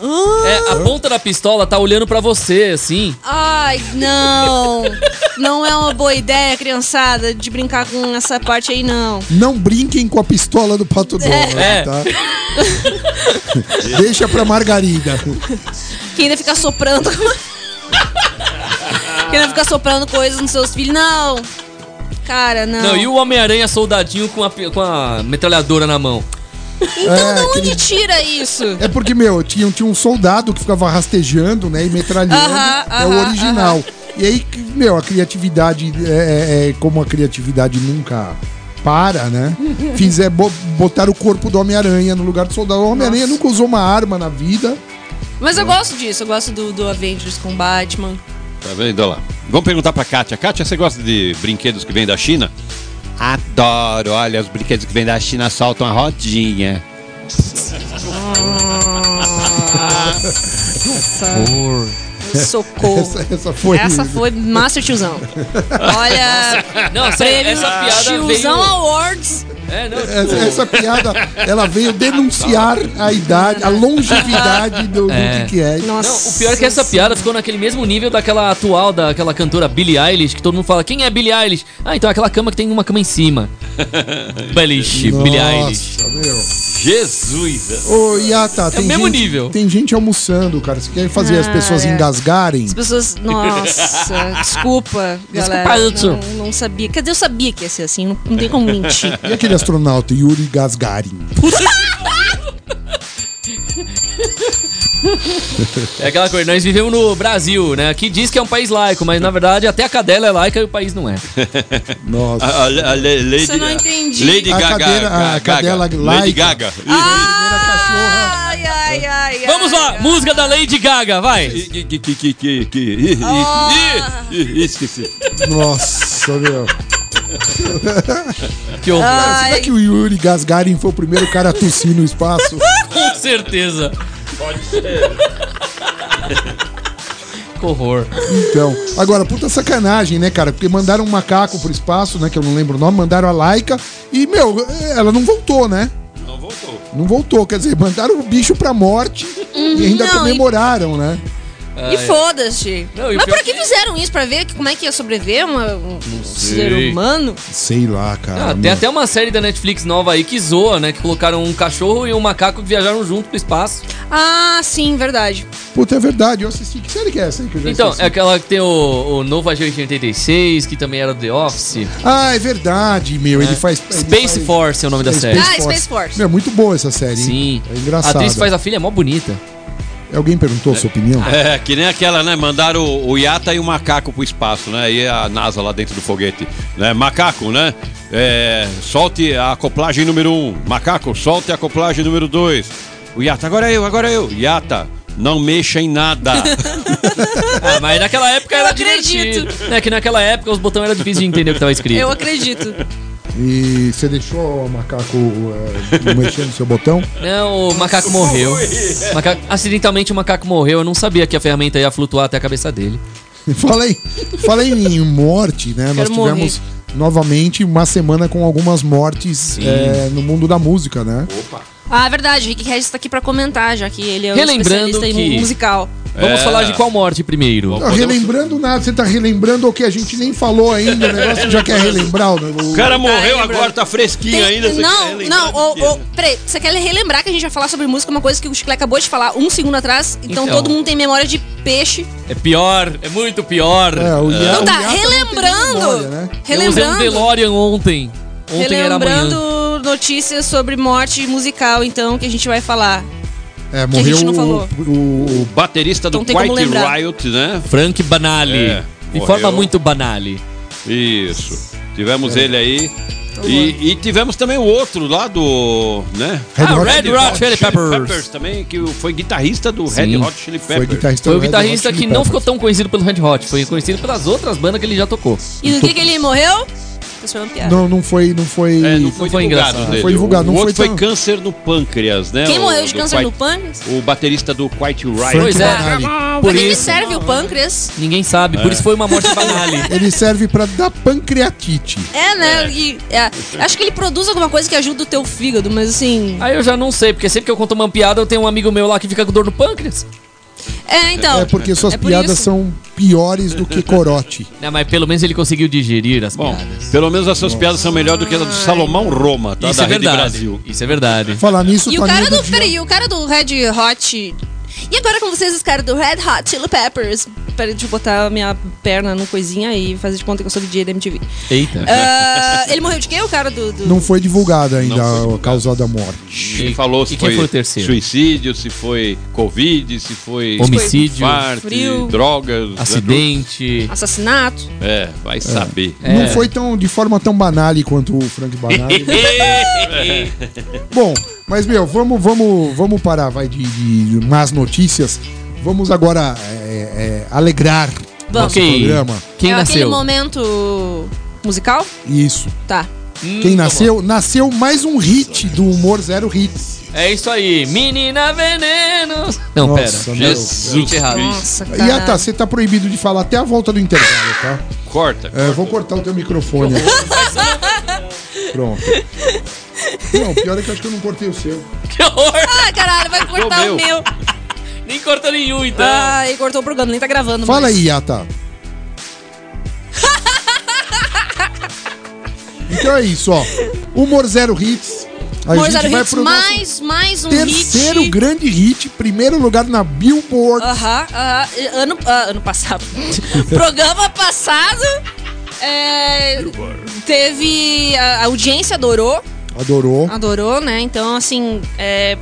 Speaker 2: Ah.
Speaker 7: É, a ponta da pistola tá olhando pra você, assim.
Speaker 5: Ai, não. Não é uma boa ideia, criançada, de brincar com essa parte aí, não.
Speaker 2: Não brinquem com a pistola do Pato Donald,
Speaker 7: É.
Speaker 2: tá? Deixa pra Margarida.
Speaker 5: Que ainda fica soprando. que ainda fica soprando coisas nos seus filhos. Não. Cara,
Speaker 2: Ah.
Speaker 5: não.
Speaker 7: Não, e o Homem-Aranha soldadinho com a, pi- com a metralhadora na mão.
Speaker 5: Então,
Speaker 2: É,
Speaker 5: de onde
Speaker 2: aquele-
Speaker 5: tira isso?
Speaker 2: É porque, meu, tinha, tinha um soldado que ficava rastejando, né? E metralhando.
Speaker 5: Aham,
Speaker 2: é o
Speaker 5: aham,
Speaker 2: original. E aí, que, meu, a criatividade, é, é- é como a criatividade nunca para, né? Fizer bo- botar o corpo do Homem-Aranha no lugar do soldado. O Homem-Aranha nunca usou uma arma na vida.
Speaker 5: Mas eu gosto disso. Eu gosto do, do Avengers com Batman.
Speaker 6: Tá vendo Olha lá? Vamos perguntar pra Kátia. Kátia, você gosta de brinquedos que vêm da China? Adoro, olha, os brinquedos que vêm da China soltam a rodinha.
Speaker 5: Socorro.
Speaker 2: Essa, é essa foi.
Speaker 5: Essa foi Master Tiozão. Olha,
Speaker 7: Não, essa,
Speaker 5: prêmio
Speaker 7: essa piada veio...
Speaker 5: Tiozão Awards.
Speaker 7: É, não,
Speaker 2: é Essa,
Speaker 7: tipo,
Speaker 2: essa piada, ela veio denunciar a idade, a longevidade do, do que, que é.
Speaker 5: Nossa.
Speaker 7: Não, o pior é que essa piada ficou naquele mesmo nível daquela atual, daquela cantora Billie Eilish, que todo mundo fala, quem é Billie Eilish? Ah, então é aquela cama que tem uma cama em cima. Eilish, Billie Eilish.
Speaker 2: Nossa, meu.
Speaker 6: Jesus!
Speaker 2: Ô, Yata, tem,
Speaker 7: É mesmo
Speaker 2: gente,
Speaker 7: nível.
Speaker 2: tem gente almoçando, cara. Você quer fazer
Speaker 5: Ah,
Speaker 2: as pessoas
Speaker 5: Cara.
Speaker 2: engasgarem?
Speaker 5: As pessoas. Nossa, desculpa, galera.
Speaker 7: Hudson.
Speaker 5: não, não sabia. Cadê eu sabia que ia ser assim? Não, não tem como mentir.
Speaker 2: E aquele astronauta, Yuri Gasgarin?
Speaker 7: É aquela coisa, nós vivemos no Brasil, né? Que diz que é um país laico, mas na verdade até a cadela é laica e o país não é.
Speaker 2: Nossa.
Speaker 6: A, a, a le- Lady,
Speaker 5: Você não entendi.
Speaker 6: Lady
Speaker 2: A
Speaker 6: Gaga.
Speaker 2: cadeira- a
Speaker 6: Gaga.
Speaker 2: cadela
Speaker 6: Lady
Speaker 2: laica.
Speaker 6: Gaga.
Speaker 5: ai, ai, ai, ai.
Speaker 7: Vamos lá, música da Lady Gaga, vai!
Speaker 6: Ih, que- que- que- que- que- ih, ih, ih, ih, Esqueci.
Speaker 2: Nossa, meu.
Speaker 7: Que horror,
Speaker 2: Será
Speaker 5: Ai,
Speaker 2: que o Yuri Gasgarin foi o primeiro cara a tossir no espaço?
Speaker 7: com certeza. Que horror.
Speaker 2: Então. Agora, puta sacanagem, né, cara? Porque mandaram um macaco pro espaço, né? Que eu não lembro o nome, mandaram a Laika. E, meu, ela não voltou, né?
Speaker 6: Não voltou.
Speaker 2: Não voltou, quer dizer, mandaram o bicho pra morte e ainda
Speaker 5: não,
Speaker 2: comemoraram, né?
Speaker 5: e foda-se.
Speaker 7: Não, e o
Speaker 5: Mas
Speaker 7: pior
Speaker 5: pra que
Speaker 7: que-
Speaker 5: fizeram isso? Pra ver que- como é que ia sobreviver uma- um ser
Speaker 7: sei.
Speaker 5: humano?
Speaker 2: Sei lá, cara.
Speaker 7: Ah, tem
Speaker 2: meu.
Speaker 7: até uma série da Netflix nova aí que zoa, né? Que colocaram um cachorro e um macaco que viajaram junto pro espaço.
Speaker 5: Ah, sim, verdade.
Speaker 2: Puta, é verdade, eu assisti. Que série que é essa aí que eu já
Speaker 7: Então,
Speaker 2: esqueci?
Speaker 7: é aquela que tem o, o novo Agente 86, que também era do The Office.
Speaker 2: Ah, é verdade, meu. Ele faz. ele
Speaker 7: Space
Speaker 2: faz-
Speaker 7: Force é o nome da
Speaker 2: Space
Speaker 7: série.
Speaker 5: Ah, Space Force.
Speaker 2: Meu, muito boa essa série. hein?
Speaker 7: Sim.
Speaker 2: É engraçado.
Speaker 7: A atriz que faz a filha é mó bonita.
Speaker 2: Alguém perguntou a sua opinião?
Speaker 6: É, que nem aquela, né? Mandaram o, o Yata e o macaco pro espaço, né? E a NASA lá dentro do foguete. Né? Macaco, né? É, solte a acoplagem número 1. Um. Macaco, solte a acoplagem número 2. O Yata, agora eu, agora eu. Yata, Não mexa em nada.
Speaker 7: Ah, mas naquela época era
Speaker 5: Eu acredito.
Speaker 7: divertido. É que naquela época os botões eram difíceis de entender o que tava escrito.
Speaker 5: Eu acredito.
Speaker 2: E você deixou o macaco eh, mexendo no seu botão?
Speaker 7: Não, o macaco morreu. Macaco- Acidentalmente o macaco morreu. Eu não sabia que a ferramenta ia flutuar até a cabeça dele.
Speaker 2: Fala aí, fala aí em morte, né? Nós
Speaker 5: Quero
Speaker 2: tivemos novamente uma semana com algumas mortes eh, no mundo da música, né?
Speaker 5: Ah, é verdade, o Rick Regis tá aqui pra comentar, já que ele é um
Speaker 7: Relembrando
Speaker 5: especialista em
Speaker 7: que-
Speaker 5: mu- musical.
Speaker 7: Vamos
Speaker 6: É.
Speaker 7: falar de qual morte primeiro?
Speaker 2: Não, relembrando nada, você tá relembrando o que a gente nem falou ainda, o negócio já quer relembrar o
Speaker 6: O
Speaker 2: negócio.
Speaker 6: cara morreu
Speaker 5: lembra-
Speaker 6: agora, tá fresquinho
Speaker 5: Tem-
Speaker 6: ainda. você quer
Speaker 5: não,
Speaker 6: lembrar
Speaker 5: não,
Speaker 6: de
Speaker 5: ô,
Speaker 6: quê, né?
Speaker 5: ô, peraí, você quer relembrar que a gente vai falar sobre música, uma coisa que o Chiclé acabou de falar um segundo atrás, então,
Speaker 7: Então.
Speaker 5: todo mundo tem memória de peixe.
Speaker 7: É pior, é muito pior.
Speaker 2: É, o Ia-
Speaker 5: Então
Speaker 2: o
Speaker 5: tá,
Speaker 2: Iaca não tem
Speaker 5: relembrando!
Speaker 2: memória, né?
Speaker 7: Eu usei um
Speaker 5: Relembrando.
Speaker 7: DeLorean ontem. Ontem era amanhã.
Speaker 5: Relembrando notícias sobre morte musical, então, que a gente vai falar.
Speaker 2: É,
Speaker 5: a gente
Speaker 2: morreu
Speaker 5: não
Speaker 2: o,
Speaker 5: falou.
Speaker 2: o, o-
Speaker 6: Baterista do
Speaker 5: Não tem como
Speaker 6: Quiet
Speaker 5: lembrar.
Speaker 6: Riot, né?
Speaker 7: Frank Banali.
Speaker 6: É,
Speaker 7: de
Speaker 6: morreu.
Speaker 7: forma muito banale.
Speaker 6: Isso. Tivemos
Speaker 5: É.
Speaker 6: ele aí.
Speaker 5: Tá
Speaker 6: E, e tivemos também o outro lá do. né?
Speaker 2: Red
Speaker 7: ah,
Speaker 2: Hot
Speaker 7: Red
Speaker 6: Red
Speaker 7: Rock Chili Peppers.
Speaker 6: também, que foi guitarrista do
Speaker 7: Sim.
Speaker 6: Red Hot Chili
Speaker 2: foi
Speaker 6: Peppers.
Speaker 2: guitarrista
Speaker 7: Foi o
Speaker 2: do Red Hot
Speaker 7: guitarrista
Speaker 2: Chili
Speaker 7: que não
Speaker 2: Peppers.
Speaker 7: ficou tão conhecido pelo Red Hot. Foi conhecido pelas outras bandas que ele já tocou.
Speaker 5: E do que que ele morreu? Tô esperando piada.
Speaker 2: Não, não foi, não foi.
Speaker 6: É, não
Speaker 7: Não
Speaker 6: foi
Speaker 7: foi
Speaker 6: divulgado
Speaker 7: engraçado.
Speaker 6: dele.
Speaker 2: Foi divulgado,
Speaker 6: o
Speaker 2: não
Speaker 6: outro
Speaker 2: foi
Speaker 6: foi,
Speaker 2: tão-
Speaker 6: câncer no pâncreas, né?
Speaker 5: Quem
Speaker 6: O-
Speaker 5: morreu de
Speaker 6: do
Speaker 5: câncer
Speaker 6: Quiet-
Speaker 5: no pâncreas?
Speaker 6: O baterista do Quiet Riot.
Speaker 2: Frank
Speaker 7: Pois é.
Speaker 2: Banali.
Speaker 7: Por
Speaker 5: Pra que que
Speaker 7: isso,
Speaker 5: serve o pâncreas?
Speaker 7: ninguém sabe.
Speaker 2: É.
Speaker 7: Por isso foi uma morte banale.
Speaker 2: Ele serve pra dar pancreatite.
Speaker 5: É, né? E- é. Acho que ele produz alguma coisa que ajuda o teu fígado, mas assim.
Speaker 7: Aí eu já não sei, porque sempre que eu conto uma piada, eu tenho um amigo meu lá que fica com dor no pâncreas.
Speaker 5: É, então.
Speaker 2: É porque suas
Speaker 5: é por
Speaker 2: piadas
Speaker 5: isso.
Speaker 2: são piores do que corote.
Speaker 7: Não, Né, mas pelo menos ele conseguiu digerir as
Speaker 6: Bom,
Speaker 7: piadas.
Speaker 6: pelo menos as suas piadas são melhores do que a do Salomão Roma, tá?
Speaker 7: Isso
Speaker 6: da
Speaker 7: é
Speaker 6: Rede
Speaker 7: verdade.
Speaker 6: Brasil.
Speaker 7: Isso é verdade.
Speaker 2: Falar nisso, é
Speaker 5: E o
Speaker 2: Toninho
Speaker 5: cara do.
Speaker 2: dia-
Speaker 5: Peraí, e o cara do Red Hot. E agora com vocês, os caras do Red Hot Chili Peppers. Peraí, deixa eu botar a minha perna no coisinha e fazer de conta que eu sou do dia da MTV.
Speaker 7: Eita.
Speaker 5: Ah, ele morreu de quê, o cara do. do-
Speaker 2: Não foi divulgado ainda
Speaker 6: Não foi
Speaker 2: a causa da morte.
Speaker 6: Ele falou se
Speaker 7: e quem
Speaker 6: foi,
Speaker 7: foi o terceiro?
Speaker 6: suicídio, se foi Covid, se foi
Speaker 7: Homicídio,
Speaker 2: né?
Speaker 6: infarto,
Speaker 5: Frio.
Speaker 6: drogas, né?
Speaker 7: acidente. É.
Speaker 5: Assassinato?
Speaker 6: É, vai saber.
Speaker 2: Não foi tão de forma tão banale quanto o Frank Banali. Bom, mas meu, vamos, vamos, vamos parar, vai de, de más notícias. Vamos agora é, é, alegrar
Speaker 5: Vamos.
Speaker 7: Ok.
Speaker 2: programa.
Speaker 7: Quem
Speaker 5: é
Speaker 7: nasceu?
Speaker 5: aquele momento musical?
Speaker 2: isso.
Speaker 5: Tá.
Speaker 2: Quem nasceu? Nasceu mais um hit do humor zero hits.
Speaker 7: É isso aí. Menina Veneno. Não,
Speaker 2: Nossa,
Speaker 7: pera.
Speaker 2: meu.
Speaker 7: Muito
Speaker 6: Jesus
Speaker 7: errado.
Speaker 6: Cristo.
Speaker 5: Nossa, cara.
Speaker 2: E ah, tá, você tá proibido de falar até a volta do intervalo, tá?
Speaker 6: Corta.
Speaker 2: É, vou cortar o teu microfone. Pronto. Não, pior é que eu acho que eu não cortei o seu.
Speaker 7: Que horror.
Speaker 5: Ah, caralho, vai cortar
Speaker 6: Ô,
Speaker 5: o meu.
Speaker 7: Nem cortou nenhum, então.
Speaker 5: Ah, e cortou o programa, nem tá gravando.
Speaker 2: Fala
Speaker 5: mais.
Speaker 2: aí, Yata. então é isso, ó. Humor Zero Hits. A
Speaker 5: Amor,
Speaker 2: gente
Speaker 5: Zero
Speaker 2: vai
Speaker 5: Hits,
Speaker 2: pro nosso
Speaker 5: mais, mais um
Speaker 2: terceiro
Speaker 5: hit.
Speaker 2: grande hit, primeiro lugar na Billboard.
Speaker 5: Aham, aham. Ano, ah, ano passado. Programa passado. é, teve. A a audiência adorou.
Speaker 2: Adorou.
Speaker 5: Adorou, né? Então, assim. é,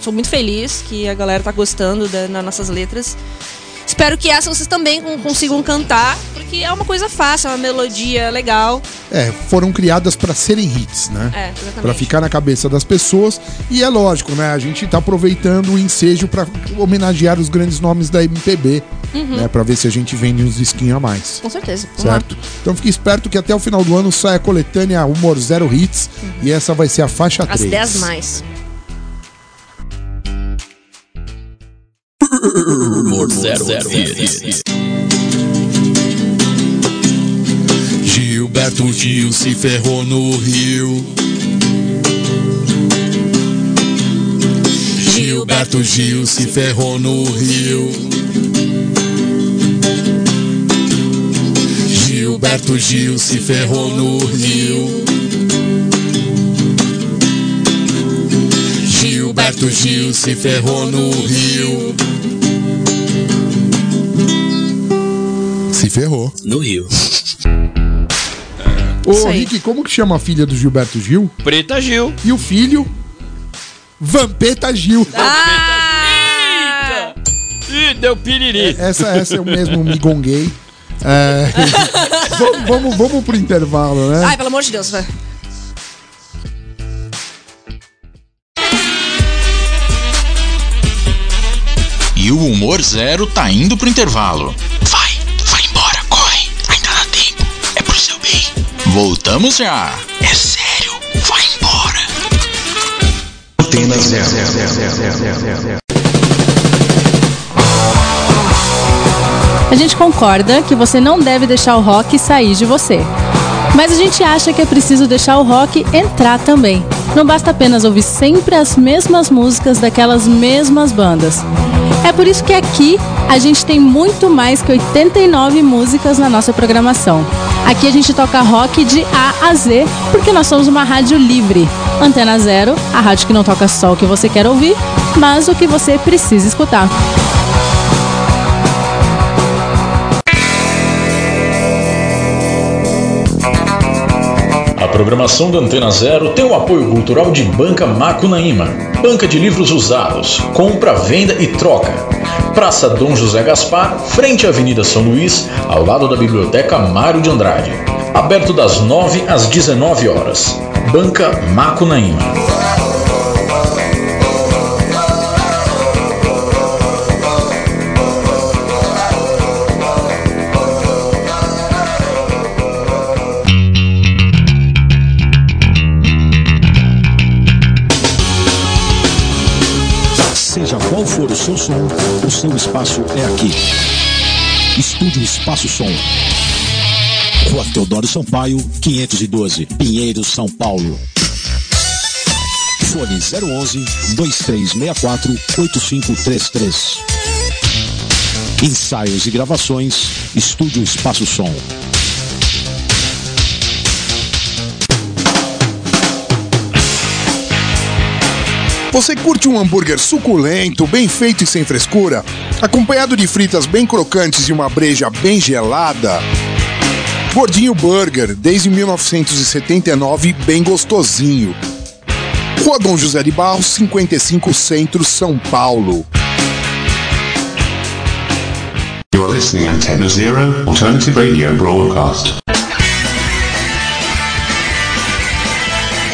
Speaker 5: sou muito feliz que a galera tá gostando da- das nossas letras. Espero que essa vocês também con- consigam cantar, porque é uma coisa fácil, é uma melodia legal.
Speaker 2: É, foram criadas pra serem hits, né?
Speaker 5: É, exatamente.
Speaker 2: Pra ficar na cabeça das pessoas. E é lógico, né? A gente tá aproveitando o ensejo pra homenagear os grandes nomes da MPB,
Speaker 5: Uhum.
Speaker 2: né? Pra ver se a gente vende uns disquinhos a mais.
Speaker 5: Com certeza. Vamos lá.
Speaker 2: certo? Então fique esperto que até o final do ano sai a coletânea Humor Zero Hits e essa vai ser a faixa 3.
Speaker 5: As 10 mais.
Speaker 10: Gilberto Gil se ferrou no Rio. Gilberto Gil se ferrou no Rio. Gilberto Gil se ferrou no Rio. Gilberto Gil se ferrou no Rio.
Speaker 2: Se ferrou.
Speaker 10: No Rio.
Speaker 2: Ô,
Speaker 5: Isso aí.
Speaker 2: Rick, como que chama a filha do Gilberto Gil?
Speaker 6: Preta Gil.
Speaker 2: E o filho? Vampeta Gil.
Speaker 5: Ah!
Speaker 6: Ih, deu piriri.
Speaker 2: Essa, essa é o mesmo migonguei. É... vamos, vamos, vamos pro intervalo, né?
Speaker 5: Ah! Ai, pelo amor de Deus, vai.
Speaker 3: E o Humor Zero tá indo pro intervalo. Vai, vai embora, corre. Ainda dá tempo. É pro seu bem. Voltamos já. É sério. Vai embora. Antena Zero.
Speaker 8: A gente concorda que você não deve deixar o rock sair de você. Mas a gente acha que é preciso deixar o rock entrar também. Não basta apenas ouvir sempre as mesmas músicas daquelas mesmas bandas. É por isso que aqui a gente tem muito mais que 89 músicas na nossa programação. Aqui a gente toca rock de A a Z, porque nós somos uma rádio livre. Antena Zero, a rádio que não toca só o que você quer ouvir, mas o que você precisa escutar.
Speaker 3: A programação da Antena Zero tem o apoio cultural de Banca Macunaíma, banca de livros usados, compra, venda e troca. Praça Dom José Gaspar, frente à Avenida São Luís, ao lado da Biblioteca Mário de Andrade. Aberto das 9 às 19 horas. Banca Macunaíma.
Speaker 11: Seja qual for o seu som, o seu espaço é aqui. Estúdio Espaço Som. Rua Teodoro Sampaio, 512, Pinheiro, São Paulo. Fone 011 2364 8533. Ensaios e gravações, Estúdio Espaço Som.
Speaker 2: Você curte um hambúrguer suculento, bem feito e sem frescura? Acompanhado de fritas bem crocantes e uma breja bem gelada? Gordinho Burger, desde 1979, bem gostosinho. Rua Dom José de Barros, 55 Centro, São Paulo.
Speaker 12: You're listening Antenna Zero Alternative Radio Broadcast.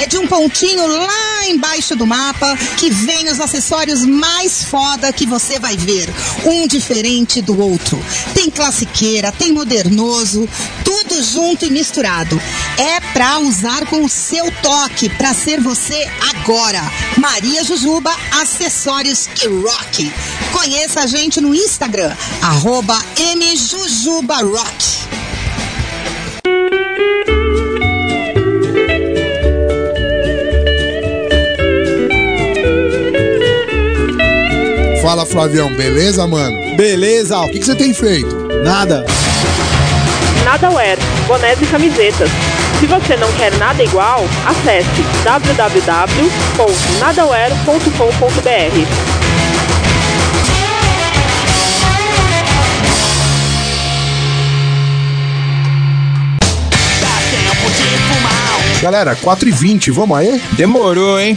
Speaker 13: É de um pontinho lá embaixo do mapa que vem os acessórios mais foda que você vai ver. Um diferente do outro. Tem classiqueira, tem modernoso, tudo junto e misturado. É pra usar com o seu toque, pra ser você agora. Maria Jujuba Acessórios que Rock. Conheça a gente no Instagram, arroba mjujubarock.
Speaker 2: Fala, Flavião, beleza, mano? Beleza. O que, que você tem feito? Nada.
Speaker 14: Nadaware, bonés e camisetas. Se você não quer nada igual, acesse www.nadaware.com.br.
Speaker 2: Galera, 4h20, vamos aí?
Speaker 15: Demorou, hein?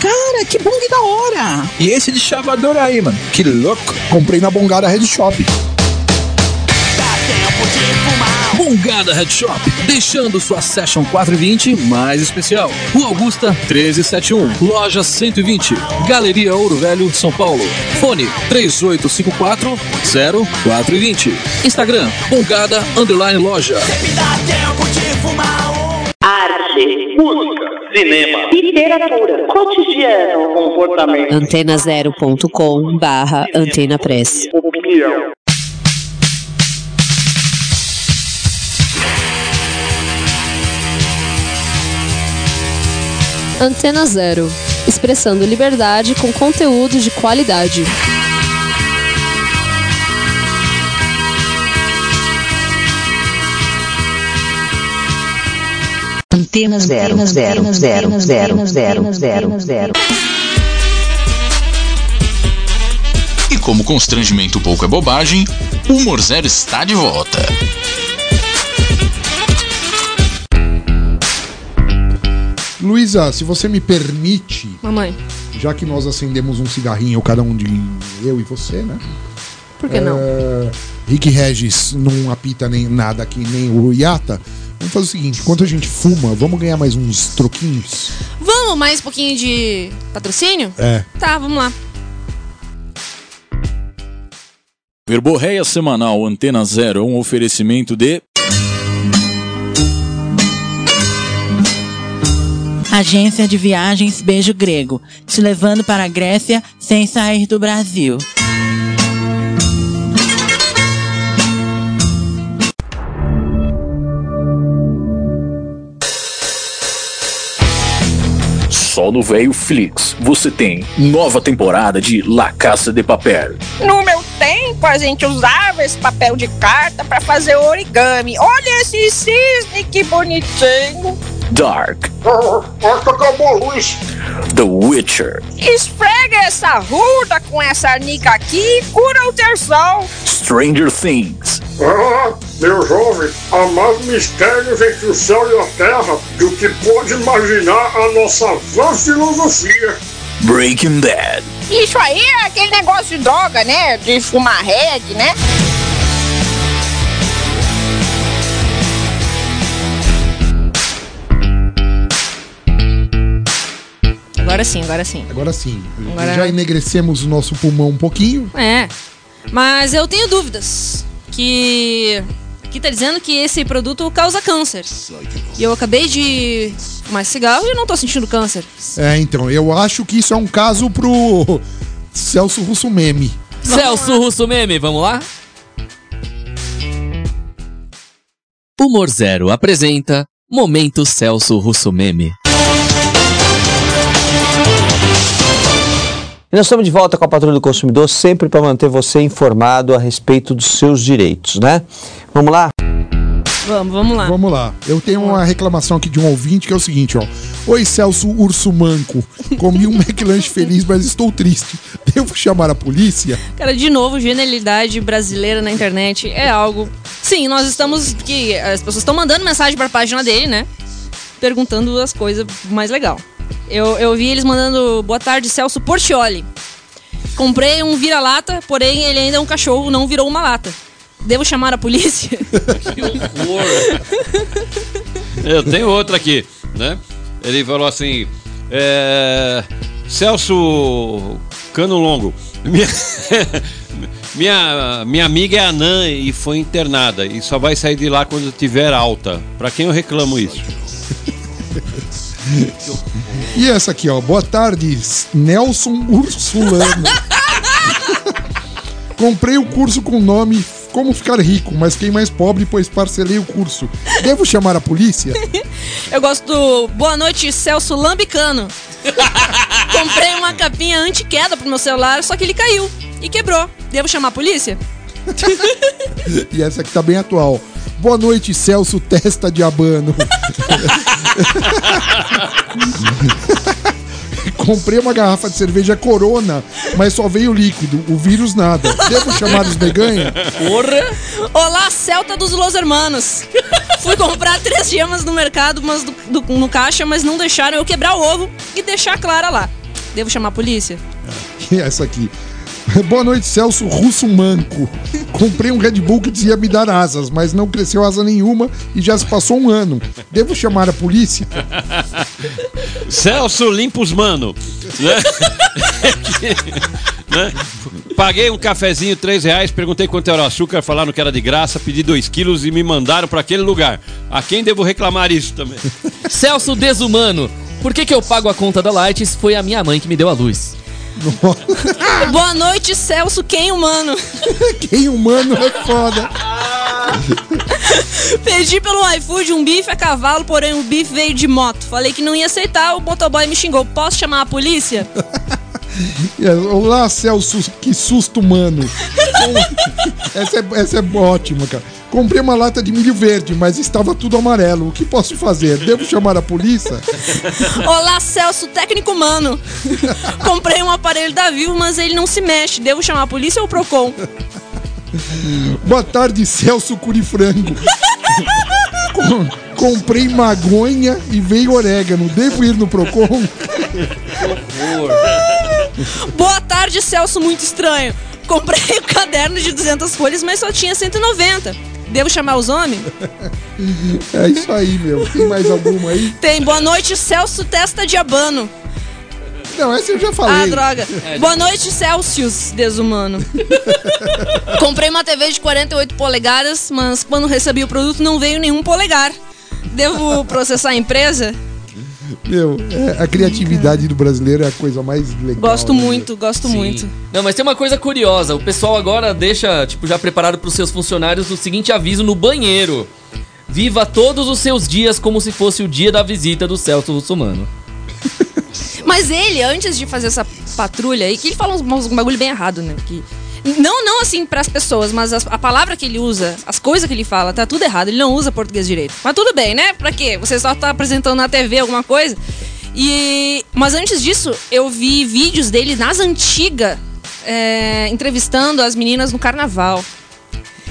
Speaker 13: Cara, que bong da hora!
Speaker 15: E esse de chavador aí, mano? Que louco!
Speaker 2: Comprei na Bongada Red Shop.
Speaker 15: Bongada Head Shop, deixando sua Session 420 mais especial. Rua Augusta 1371, Loja 120, Galeria Ouro Velho, São Paulo. Fone 3854 0420. Instagram, Bongada Underline Loja.
Speaker 16: Arte, música, cinema, literatura, cotidiano, Um comportamento.
Speaker 5: Antena0.com barra Antena Press.
Speaker 16: Opinião.
Speaker 5: Antena Zero. Expressando liberdade com conteúdo de qualidade.
Speaker 17: Antena zero, zero, zero, zero, zero, zero, zero.
Speaker 3: E como constrangimento pouco é bobagem, o Humor Zero está de volta.
Speaker 2: Luísa, se você me permite,
Speaker 18: Mamãe,
Speaker 2: já que nós acendemos um cigarrinho, cada um de eu e você, né?
Speaker 18: por que não?
Speaker 2: É, Rick Regis não apita nem nada aqui, nem o Yata. Vamos fazer o seguinte: enquanto a gente fuma, vamos ganhar mais uns troquinhos?
Speaker 18: Vamos mais um pouquinho de patrocínio?
Speaker 2: É.
Speaker 18: Tá, vamos lá.
Speaker 8: Verborreia Semanal Antena Zero é um oferecimento de.
Speaker 19: Agência de viagens Beijo Grego, te levando para a Grécia sem sair do Brasil.
Speaker 3: Só no Velho Flix você tem nova temporada de La Caça de Papel.
Speaker 20: No meu tempo, a gente usava esse papel de carta para fazer origami. Olha esse cisne, que bonitinho.
Speaker 3: Dark,
Speaker 20: Ah, Acabou tá a luz.
Speaker 3: The Witcher,
Speaker 20: Esfrega essa ruda com essa nica aqui e cura o terçol.
Speaker 3: Stranger Things,
Speaker 21: Ah, meu jovem, há mais mistérios entre o céu e a terra do que pôde imaginar a nossa vã filosofia.
Speaker 3: Breaking Bad,
Speaker 20: Isso aí é aquele negócio de droga, né? De fumar reg, né?
Speaker 5: Agora sim, agora sim.
Speaker 2: Agora sim.
Speaker 5: Agora-
Speaker 2: Já enegrecemos o nosso pulmão um pouquinho.
Speaker 5: É. Mas eu tenho dúvidas. Que. Aqui tá dizendo que esse produto causa câncer. E eu acabei de fumar cigarro e eu não tô sentindo câncer.
Speaker 2: É, então, eu acho que isso é um caso pro Celso Russo Meme.
Speaker 7: Celso Russo Meme, vamos lá? Humor Zero apresenta Momento Celso Russo Meme.
Speaker 22: E nós estamos de volta com a Patrulha do Consumidor, sempre para manter você informado a respeito dos seus direitos, né? Vamos lá?
Speaker 5: Vamos, vamos lá.
Speaker 2: Vamos lá. Eu tenho uma reclamação aqui de um ouvinte que é o seguinte, ó. Oi, Celso Urso Manco. Comi um McLanche feliz, mas estou triste. Devo chamar a polícia?
Speaker 5: Cara, de novo, genialidade brasileira na internet é algo. Sim, nós estamos. que As pessoas estão mandando mensagem pra página dele, né? Perguntando as coisas mais legal. Eu, eu vi eles mandando boa tarde, Celso Portioli. Comprei um vira-lata, porém ele ainda é um cachorro, não virou uma lata. Devo chamar a polícia?
Speaker 6: Eu tenho outra aqui, né? Ele falou assim: é, Celso Cano Longo, minha, minha, minha amiga é anã e foi internada e só vai sair de lá quando tiver alta. Pra quem eu reclamo isso?
Speaker 2: E essa aqui, ó. Boa tarde, Nelson Ursulano. Comprei o curso com o nome Como Ficar Rico, mas fiquei mais pobre, pois parcelei o curso. Devo chamar a polícia?
Speaker 5: Eu gosto do Boa Noite, Celso Lambicano. Comprei uma capinha anti-queda pro meu celular, só que ele caiu e quebrou. Devo chamar a polícia?
Speaker 2: E essa aqui tá bem atual. Boa noite, Celso Testa de Abano. Comprei uma garrafa de cerveja Corona, mas só veio líquido, o vírus nada. Devo chamar os deganha?
Speaker 5: Olá, Celta dos Los Hermanos! Fui comprar três gemas no mercado, mas do- do- no caixa, mas não deixaram eu quebrar o ovo e deixar a Clara lá. Devo chamar a polícia?
Speaker 2: E é essa aqui. Boa noite, Celso Russo Manco. Comprei um Red Bull que dizia me dar asas, mas não cresceu asa nenhuma e já se passou um ano. Devo chamar a polícia?
Speaker 6: Celso Limpos Mano. Né? Né? Paguei um cafezinho, três reais, perguntei quanto era o açúcar, falaram que era de graça, pedi dois quilos e me mandaram pra aquele lugar. A quem devo reclamar isso também?
Speaker 7: Celso Desumano, por que, que eu pago a conta da Light se foi a minha mãe que me deu a luz?
Speaker 5: Boa noite, Celso Quem Humano!
Speaker 2: Quem Humano é foda!
Speaker 5: Pedi pelo iFood um bife a cavalo, porém o bife veio de moto. Falei que não ia aceitar, o motoboy me xingou. Posso chamar a polícia?
Speaker 2: E ela, É, Olá, Celso, que susto, mano. Com- essa, é, essa é ótima, cara. Comprei uma lata de milho verde, mas estava tudo amarelo. O que posso fazer? Devo chamar a polícia?
Speaker 5: Olá, Celso, técnico humano. Comprei um aparelho da Vivo, mas ele não se mexe. Devo chamar a polícia ou o Procon?
Speaker 2: Boa tarde, Celso Curifrango. Com- comprei magonha e veio orégano. Devo ir no Procon?
Speaker 5: Boa tarde, Celso, muito estranho. Comprei o caderno de 200 folhas, mas só tinha 190. Devo chamar os homens?
Speaker 2: É isso aí, meu. Tem mais alguma aí?
Speaker 5: Tem boa noite, Celso Testa de Abano.
Speaker 2: Não, essa eu já falei.
Speaker 5: Ah, droga.
Speaker 2: É,
Speaker 5: Boa noite, Celsius, desumano. Comprei uma TV de 48 polegadas, mas quando recebi o produto não veio nenhum polegar. Devo processar a empresa?
Speaker 2: Meu, é, a criatividade do brasileiro é a coisa mais legal.
Speaker 5: Gosto
Speaker 2: né?
Speaker 5: muito, gosto muito.
Speaker 7: Não, mas tem uma coisa curiosa. O pessoal agora deixa, tipo, já preparado pros seus funcionários o seguinte aviso no banheiro. Viva todos os seus dias como se fosse o dia da visita do Celso Russomano.
Speaker 5: Mas ele, antes de fazer essa patrulha aí, que ele fala uns, uns bagulho bem errado, né? Que, não, não assim pras pessoas, mas as- a palavra que ele usa, as coisas que ele fala, tá tudo errado. Ele não usa português direito. Mas tudo bem, né? Pra quê? Você só tá apresentando na TV alguma coisa. E mas antes disso, eu vi vídeos dele nas antigas é, entrevistando as meninas no carnaval.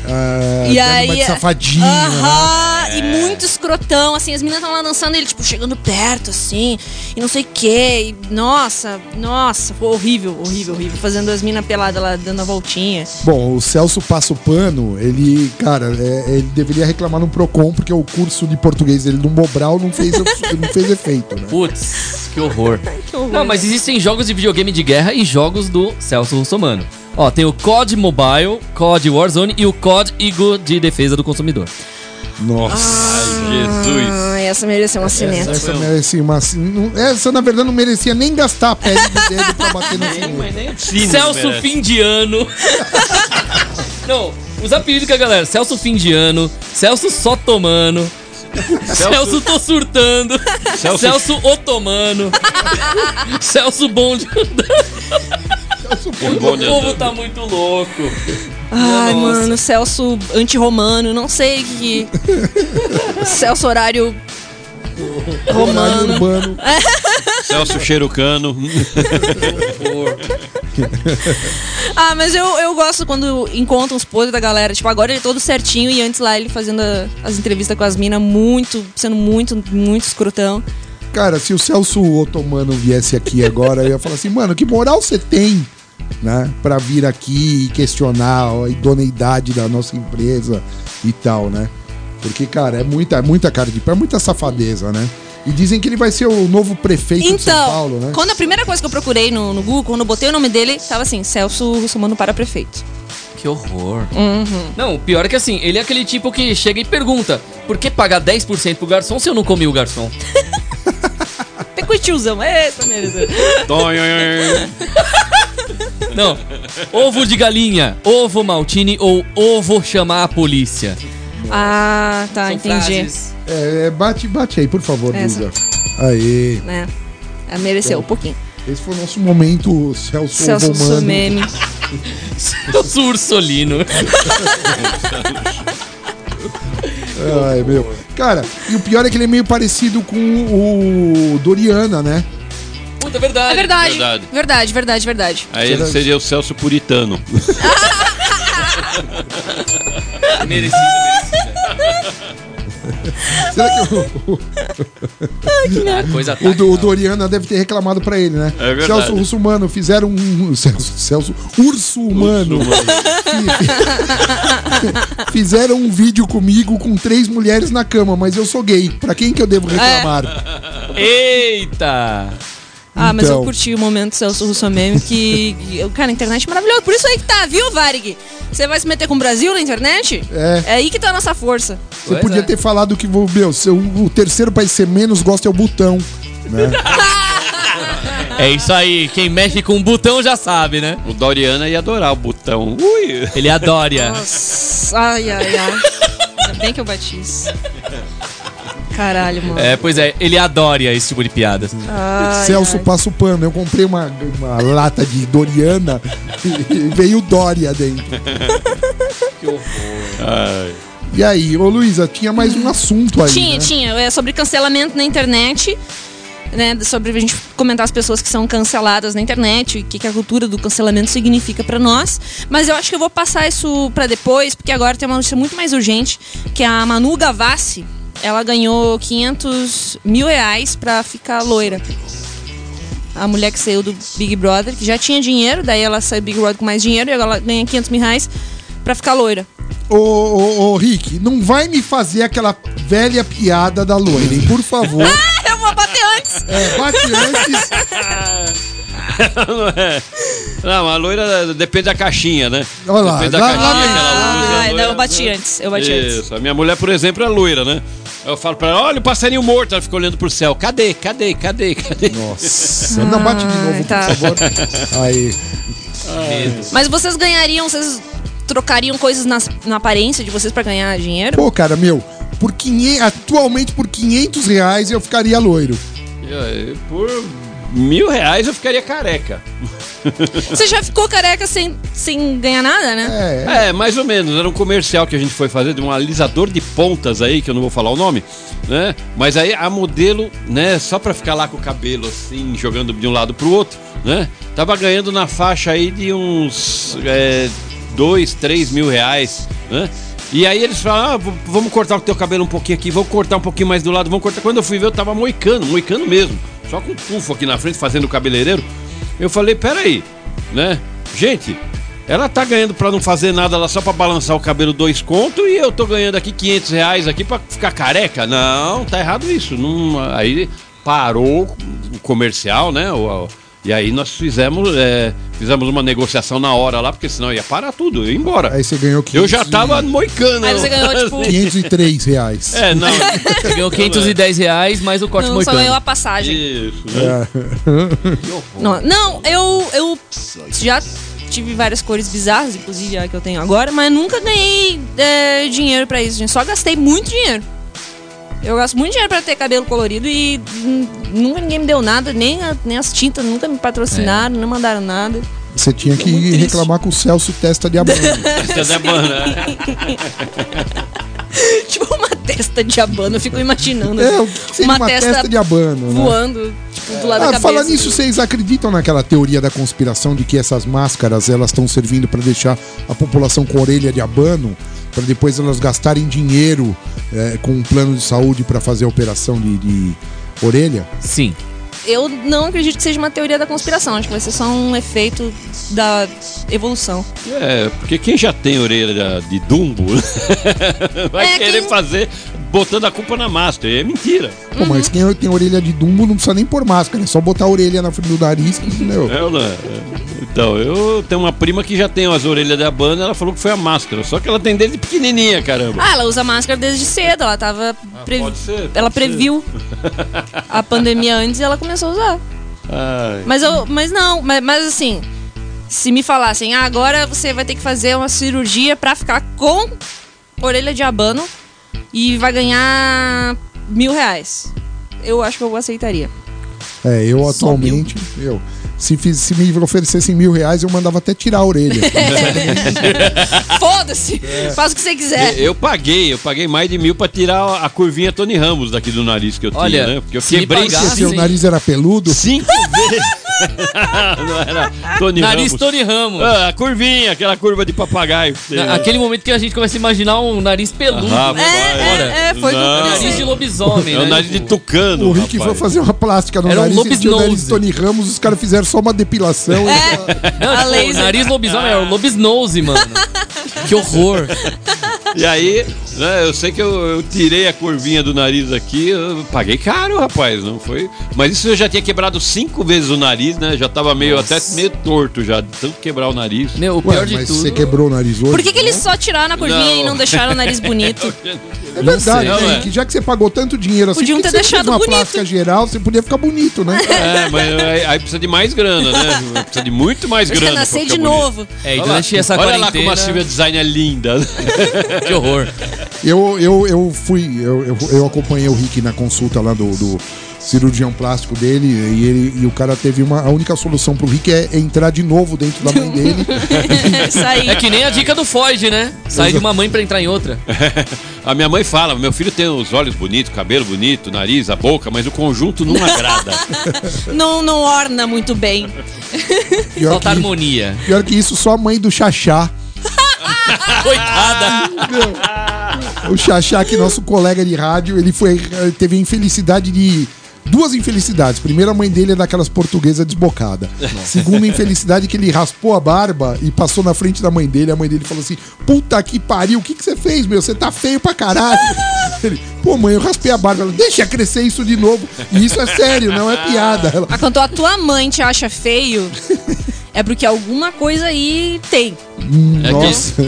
Speaker 2: Ah,
Speaker 5: E
Speaker 2: dando uma
Speaker 5: aí. é,
Speaker 2: de safadinho. né?
Speaker 5: Aham, e
Speaker 2: É.
Speaker 5: muito escrotão, assim, as meninas estão lá dançando, ele, tipo, chegando perto, assim, e não sei o quê. E, nossa, nossa, foi horrível, horrível, horrível. Fazendo as minas peladas lá, dando a voltinha.
Speaker 2: Bom, o Celso Passo Pano, ele, cara, é- ele deveria reclamar no Procon, porque o curso de português dele do Mobral não fez, não fez efeito, né?
Speaker 7: Putz, que horror.
Speaker 5: horror.
Speaker 7: Não, mas existem jogos de videogame de guerra e jogos do Celso Russomano. Ó, tem o COD Mobile, COD Warzone e o COD Eagle de defesa do consumidor.
Speaker 2: Nossa.
Speaker 5: Ah, essa mereceu uma cineta.
Speaker 2: É, Essa merecia uma. assim, não- Essa, na verdade, não merecia nem gastar a pele do dedo pra bater no cinema.
Speaker 7: Celso
Speaker 2: merece.
Speaker 7: fim de ano. Não, os apelidos que a galera. Celso fim de ano, Celso só tomando. Celso... tô surtando. Celso,
Speaker 6: Celso-
Speaker 7: otomano. Celso bom de
Speaker 6: bom de
Speaker 7: O povo
Speaker 6: andando.
Speaker 7: tá muito louco.
Speaker 5: Ai,
Speaker 7: Nossa.
Speaker 5: mano, Celso anti-romano, não sei que. Celso horário.
Speaker 2: Romano urbano.
Speaker 6: Celso Cherucano.
Speaker 5: Ah, mas eu, eu gosto quando encontram os podres da galera. Tipo, agora ele todo certinho e antes lá ele fazendo a- as entrevistas com as minas, muito, sendo muito, muito escrotão.
Speaker 2: Cara, se o Celso Otomano viesse aqui agora, eu ia falar assim, mano, que moral você tem, né? Pra vir aqui e questionar a idoneidade da nossa empresa e tal, né? Porque, cara, é muita, é muita cara de pé, é muita safadeza, né? E dizem que ele vai ser o novo prefeito de São
Speaker 5: Então,
Speaker 2: Paulo, né?
Speaker 5: quando a primeira coisa que eu procurei no, no Google, quando eu botei o nome dele, tava assim, Celso Russomano para prefeito.
Speaker 7: Que horror.
Speaker 5: Uhum.
Speaker 7: Não, o pior é que assim, ele é aquele tipo que chega e pergunta: por que pagar 10% pro garçom se eu não comi o garçom?
Speaker 5: Pegou tiozão, essa mereceu.
Speaker 7: Não. Ovo de galinha, ovo maltine ou ovo chamar a polícia.
Speaker 5: Ah, tá, entendi.
Speaker 2: É, é, bate, bate aí, por favor,
Speaker 5: Essa.
Speaker 2: Duda. Aí.
Speaker 5: Né? Ah, Mereceu um pouquinho.
Speaker 2: Esse foi o nosso momento, Celso,
Speaker 5: Celso
Speaker 2: Otomano.
Speaker 5: Someme.
Speaker 7: Celso Ursolino.
Speaker 2: Ai, meu. Cara, e o pior é que ele é meio parecido com o Doriana, né?
Speaker 7: Puta, é verdade.
Speaker 5: É verdade.
Speaker 6: Verdade.
Speaker 5: Verdade, verdade, verdade. verdade.
Speaker 6: Aí ele seria o Celso Puritano.
Speaker 2: Será que o, o-
Speaker 7: A coisa tá.
Speaker 2: o, do- o Doriana deve ter reclamado pra ele, né?
Speaker 7: É verdade.
Speaker 2: Celso Urso Humano, fizeram um. Celso, Celso Urso Humano. Fi- fizeram um vídeo comigo com três mulheres na cama, mas eu sou gay. Pra quem que eu devo reclamar?
Speaker 7: Eita!
Speaker 5: Ah, mas eu
Speaker 2: Então.
Speaker 5: curti o momento Celso Russo Meme, que. que- Cara, a internet é maravilhosa. Por isso aí que tá, viu, Varig? Você vai se meter com o Brasil na internet?
Speaker 2: É.
Speaker 5: É aí que tá a nossa força.
Speaker 2: Você podia ter falado que, vou- meu, seu, o terceiro país que você menos gosta é o Butão. Né?
Speaker 7: É isso aí, quem mexe com o botão já sabe, né?
Speaker 6: O Doriana ia adorar o botão. Ui!
Speaker 7: Ele adora.
Speaker 5: Nossa, Ai, ai, ai. Ainda bem que eu bati isso. Caralho, mano.
Speaker 7: É, pois é, ele adora esse tipo de piada.
Speaker 5: Ai,
Speaker 2: Celso
Speaker 5: ai.
Speaker 2: passa o pano. Eu comprei uma, uma lata de Doriana e e veio Dória dentro.
Speaker 7: que horror.
Speaker 2: E aí, ô Luísa, tinha mais um assunto aí.
Speaker 5: tinha,
Speaker 2: né?
Speaker 5: tinha. É sobre cancelamento na internet. Né, sobre a gente comentar as pessoas que são canceladas na internet, o que, que a cultura do cancelamento significa pra nós. Mas eu acho que eu vou passar isso pra depois, porque agora tem uma notícia muito mais urgente, que é a Manu Gavassi. Ela ganhou 500 mil reais pra ficar loira. A mulher que saiu do Big Brother, que já tinha dinheiro, daí ela saiu do Big Brother com mais dinheiro e agora ela ganha 500 mil reais pra ficar loira.
Speaker 2: Ô, ô, ô, Rick, não vai me fazer aquela velha piada da loira, hein? Por favor.
Speaker 5: Eu vou bater antes!
Speaker 2: É, bate antes.
Speaker 6: não é. Não, mas a loira depende da caixinha, né?
Speaker 2: Olha lá,
Speaker 6: depende da
Speaker 2: lá-
Speaker 6: caixinha
Speaker 2: lá
Speaker 6: que ela usa.
Speaker 5: Ah,
Speaker 6: a
Speaker 5: não,
Speaker 6: loira-
Speaker 5: eu bati antes. Eu bati antes.
Speaker 6: né? Isso. A minha mulher, por exemplo, é loira, né? Eu falo pra ela, olha o passarinho morto. Ela fica olhando pro céu. Cadê? Cadê? Cadê? Cadê?
Speaker 2: Nossa. Não, bate de novo,
Speaker 5: tá.
Speaker 2: por favor. Aí.
Speaker 5: Mas vocês ganhariam, vocês trocariam coisas nas- na aparência de vocês pra ganhar dinheiro?
Speaker 2: Pô, cara, meu, por 500, atualmente por 500 reais eu ficaria loiro.
Speaker 6: Por mil reais eu ficaria careca.
Speaker 5: Você já ficou careca sem, sem ganhar nada, né?
Speaker 6: É, mais ou menos. Era um comercial que a gente foi fazer de um alisador de pontas aí, que eu não vou falar o nome, né? Mas aí a modelo, né, só pra ficar lá com o cabelo assim, jogando de um lado pro outro, né? Tava ganhando na faixa aí de uns é, dois, três mil reais, né? E aí eles falaram, ah, v- vamos cortar o teu cabelo um pouquinho aqui, vamos cortar um pouquinho mais do lado, vamos cortar. Quando eu fui ver, eu tava moicano, moicano mesmo. Só com um pufo aqui na frente, fazendo o cabeleireiro. Eu falei, peraí, né? Gente, ela tá ganhando pra não fazer nada lá só pra balançar o cabelo dois conto e eu tô ganhando aqui 500 reais aqui pra ficar careca? Não, tá errado isso. Não, aí parou o comercial, né? o- o- e aí nós fizemos, é, fizemos uma negociação na hora lá, porque senão ia parar tudo, eu ia embora.
Speaker 2: Aí você ganhou
Speaker 6: Eu já tava moicano.
Speaker 5: Aí você ganhou, tipo-
Speaker 2: 503 reais.
Speaker 6: É, não.
Speaker 7: Ganhou 510 reais, mais o
Speaker 2: É,
Speaker 7: corte
Speaker 5: Não, só
Speaker 2: então.
Speaker 7: moicano.
Speaker 5: ganhou a passagem.
Speaker 6: Isso,
Speaker 2: né?
Speaker 5: Não, não, eu, eu já tive várias cores bizarras, inclusive a que eu tenho agora, mas nunca ganhei é, dinheiro pra isso, gente. Só gastei muito dinheiro. Eu gasto muito dinheiro pra ter cabelo colorido e hum, nunca ninguém me deu nada, nem, a- nem as tintas nunca me patrocinaram, não mandaram nada.
Speaker 2: Você tinha que reclamar com o Celso Testa de né? Abramo.
Speaker 6: Você tá bana.
Speaker 5: tipo uma testa de abano, eu fico imaginando.
Speaker 2: É,
Speaker 5: assim,
Speaker 2: o que seria uma testa de abano, né?
Speaker 5: voando, tipo, do lado da
Speaker 2: Ah,
Speaker 5: cabeça.
Speaker 2: falando nisso, vocês acreditam naquela teoria da conspiração de que essas máscaras elas estão servindo para deixar a população com orelha de abano, para depois elas gastarem dinheiro eh, com um plano de saúde para fazer a operação de, de orelha?
Speaker 7: Sim.
Speaker 5: Eu não acredito que seja uma teoria da conspiração, acho que vai ser só um efeito da evolução.
Speaker 6: É, porque quem já tem orelha de dumbo vai
Speaker 5: É,
Speaker 6: querer fazer botando a culpa na máscara. E é mentira.
Speaker 2: Pô, mas quem tem orelha de dumbo não precisa nem pôr máscara, é só botar a orelha na frente do nariz, que, entendeu?
Speaker 6: É, né? Então, eu tenho uma prima que já tem as orelhas da banda, ela falou que foi a máscara. Só que ela tem desde pequenininha, caramba.
Speaker 5: Ah, ela usa máscara desde cedo, ela tava. previ- ela previu a pandemia antes e ela começou a usar.
Speaker 6: Ai.
Speaker 5: Mas eu. Mas não, mas, mas assim, se me falassem, ah, agora você vai ter que fazer uma cirurgia pra ficar com orelha de abano e vai ganhar mil reais. Eu acho que eu aceitaria.
Speaker 2: É, eu atualmente, eu, se, fiz- se me oferecessem mil reais, eu mandava até tirar a orelha.
Speaker 5: Foda-se! Faz o que você quiser.
Speaker 6: É.
Speaker 7: É.
Speaker 6: Eu paguei, eu paguei mais de mil pra tirar a curvinha Tony Ramos daqui do nariz que eu tinha,
Speaker 7: Olha,
Speaker 6: né? Porque eu
Speaker 7: se me
Speaker 6: quebrei
Speaker 7: pagassem-
Speaker 2: Seu nariz era peludo?
Speaker 6: Cinco Não era Tony
Speaker 7: Nariz
Speaker 6: Ramos.
Speaker 7: Tony Ramos.
Speaker 6: Ah, a curvinha, aquela curva de papagaio.
Speaker 7: Na- Aquele momento que a gente começa a imaginar um nariz peludo.
Speaker 6: É, Ah,
Speaker 7: né? Um
Speaker 6: rapaz.
Speaker 5: É, é, foi o que eu
Speaker 6: Não.
Speaker 7: Nariz de lobisomem,
Speaker 6: É o
Speaker 7: né?
Speaker 6: nariz de tucano.
Speaker 2: O Rick
Speaker 6: rapaz.
Speaker 2: foi fazer uma plástica no
Speaker 7: Era um
Speaker 2: nariz, ele tinha o nariz
Speaker 7: lobisnose.
Speaker 2: de Tony Ramos, os caras fizeram só uma depilação.
Speaker 5: É.
Speaker 7: Não, tipo, o nariz lobisomem é o lobisnose, mano. que horror.
Speaker 6: E aí, né, eu sei que eu, eu tirei a curvinha do nariz aqui, eu paguei caro, rapaz, não foi? Mas isso eu já tinha quebrado cinco vezes o nariz, né? Já tava meio até meio torto já, de tanto quebrar o nariz.
Speaker 7: Meu,
Speaker 2: Ué, mas você quebrou o nariz hoje?
Speaker 5: Por que, que eles só tiraram a curvinha
Speaker 6: Não.
Speaker 5: e não deixaram o nariz bonito?
Speaker 2: É verdade,
Speaker 6: Não sei.
Speaker 2: né,
Speaker 6: Não, é.
Speaker 2: Rick? Já que você pagou tanto dinheiro assim,
Speaker 5: Podiam
Speaker 2: por que
Speaker 5: ter
Speaker 2: você fez
Speaker 5: deixado
Speaker 2: uma
Speaker 5: bonito.
Speaker 2: plástica geral, você podia ficar bonito, né?
Speaker 6: É, mas aí, aí precisa de mais grana, né? Precisa de muito mais
Speaker 5: Precisa
Speaker 6: grana. pra
Speaker 5: nascer
Speaker 6: ficar
Speaker 5: de
Speaker 6: bonito.
Speaker 5: novo.
Speaker 7: É, e
Speaker 6: Olha
Speaker 7: durante
Speaker 6: lá,
Speaker 7: essa
Speaker 6: Olha lá como
Speaker 7: quarentena-
Speaker 6: a é Silvia Design é linda.
Speaker 7: Que horror.
Speaker 2: Eu, eu, eu fui, eu, eu, eu acompanhei o Rick na consulta lá do, do cirurgião plástico dele e, ele, e o cara teve uma. A única solução pro Rick é entrar de novo dentro da mãe dele.
Speaker 7: É que nem a dica do Foge, né? Sair de uma mãe pra entrar em outra.
Speaker 6: A minha mãe fala, meu filho tem os olhos bonitos, cabelo bonito, nariz, a boca, mas o conjunto não agrada.
Speaker 5: Não, não orna muito bem.
Speaker 2: Pior
Speaker 7: Falta
Speaker 2: que-
Speaker 7: harmonia.
Speaker 2: Pior que isso, só a mãe do Xaxá.
Speaker 7: Coitada.
Speaker 2: O Xaxá, que é nosso colega de rádio, ele foi eh, teve a infelicidade de. Duas infelicidades. Primeiro, a mãe dele é daquelas portuguesas desbocada. Segunda, a infelicidade que ele raspou a barba e passou na frente da mãe dele. A mãe dele falou assim: Puta que pariu, o que, que você fez, meu? Você tá feio pra caralho. Ele, pô, mãe, eu raspei a barba. Ela, deixa crescer isso de novo. E isso é sério, não é piada. Ela,
Speaker 5: Ah, quando a tua mãe te acha feio, é porque alguma coisa aí tem.
Speaker 6: É que,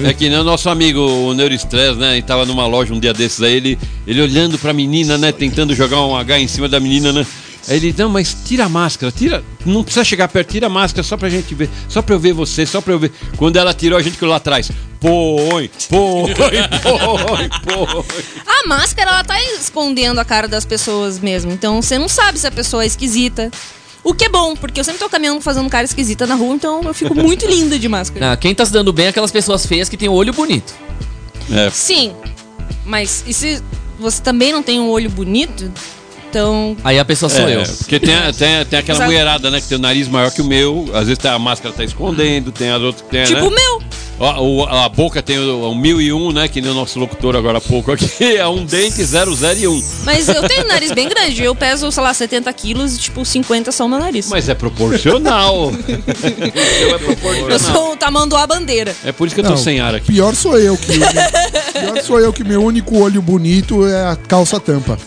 Speaker 6: é que nem o nosso amigo, o Neurostress, né? Ele tava numa loja um dia desses aí, ele, ele olhando pra menina, né? Tentando jogar um H em cima da menina, né? Aí ele, não, mas tira a máscara, tira. Não precisa chegar perto, tira a máscara só pra gente ver. Só pra eu ver você, só pra eu ver. Quando ela tirou, a gente ficou lá atrás. Põe, põe, põe, põe.
Speaker 5: A máscara, ela tá escondendo a cara das pessoas mesmo. Então você não sabe se a pessoa é esquisita. O que é bom, porque eu sempre tô caminhando fazendo cara esquisita na rua, então eu fico muito linda de máscara.
Speaker 7: Ah, quem tá se dando bem é aquelas pessoas feias que tem o olho bonito.
Speaker 6: É.
Speaker 5: Sim, mas e se você também não tem um olho bonito? Então.
Speaker 7: Aí a pessoa sou
Speaker 6: É,
Speaker 7: eu.
Speaker 6: Porque tem, a- tem, a- tem aquela
Speaker 5: Sabe?
Speaker 6: mulherada, né? Que tem o nariz maior que o meu. Às vezes tá- a máscara tá escondendo, tem as outras que tem,
Speaker 5: Tipo o
Speaker 6: né?
Speaker 5: meu.
Speaker 6: Ó, o- a boca tem o, o 1001, né? Que nem o nosso locutor agora há pouco aqui. É um dente 001.
Speaker 5: Mas eu tenho um nariz bem grande. Eu peso, sei lá, 70 quilos e, tipo, 50 são meu nariz.
Speaker 6: Mas é proporcional. O seu é
Speaker 5: Eu
Speaker 6: proporcional.
Speaker 5: sou o tamanho da bandeira.
Speaker 6: É por isso que eu tô
Speaker 2: Não,
Speaker 6: sem ar aqui.
Speaker 2: Pior sou eu que. pior sou eu que meu único olho bonito é a calça tampa.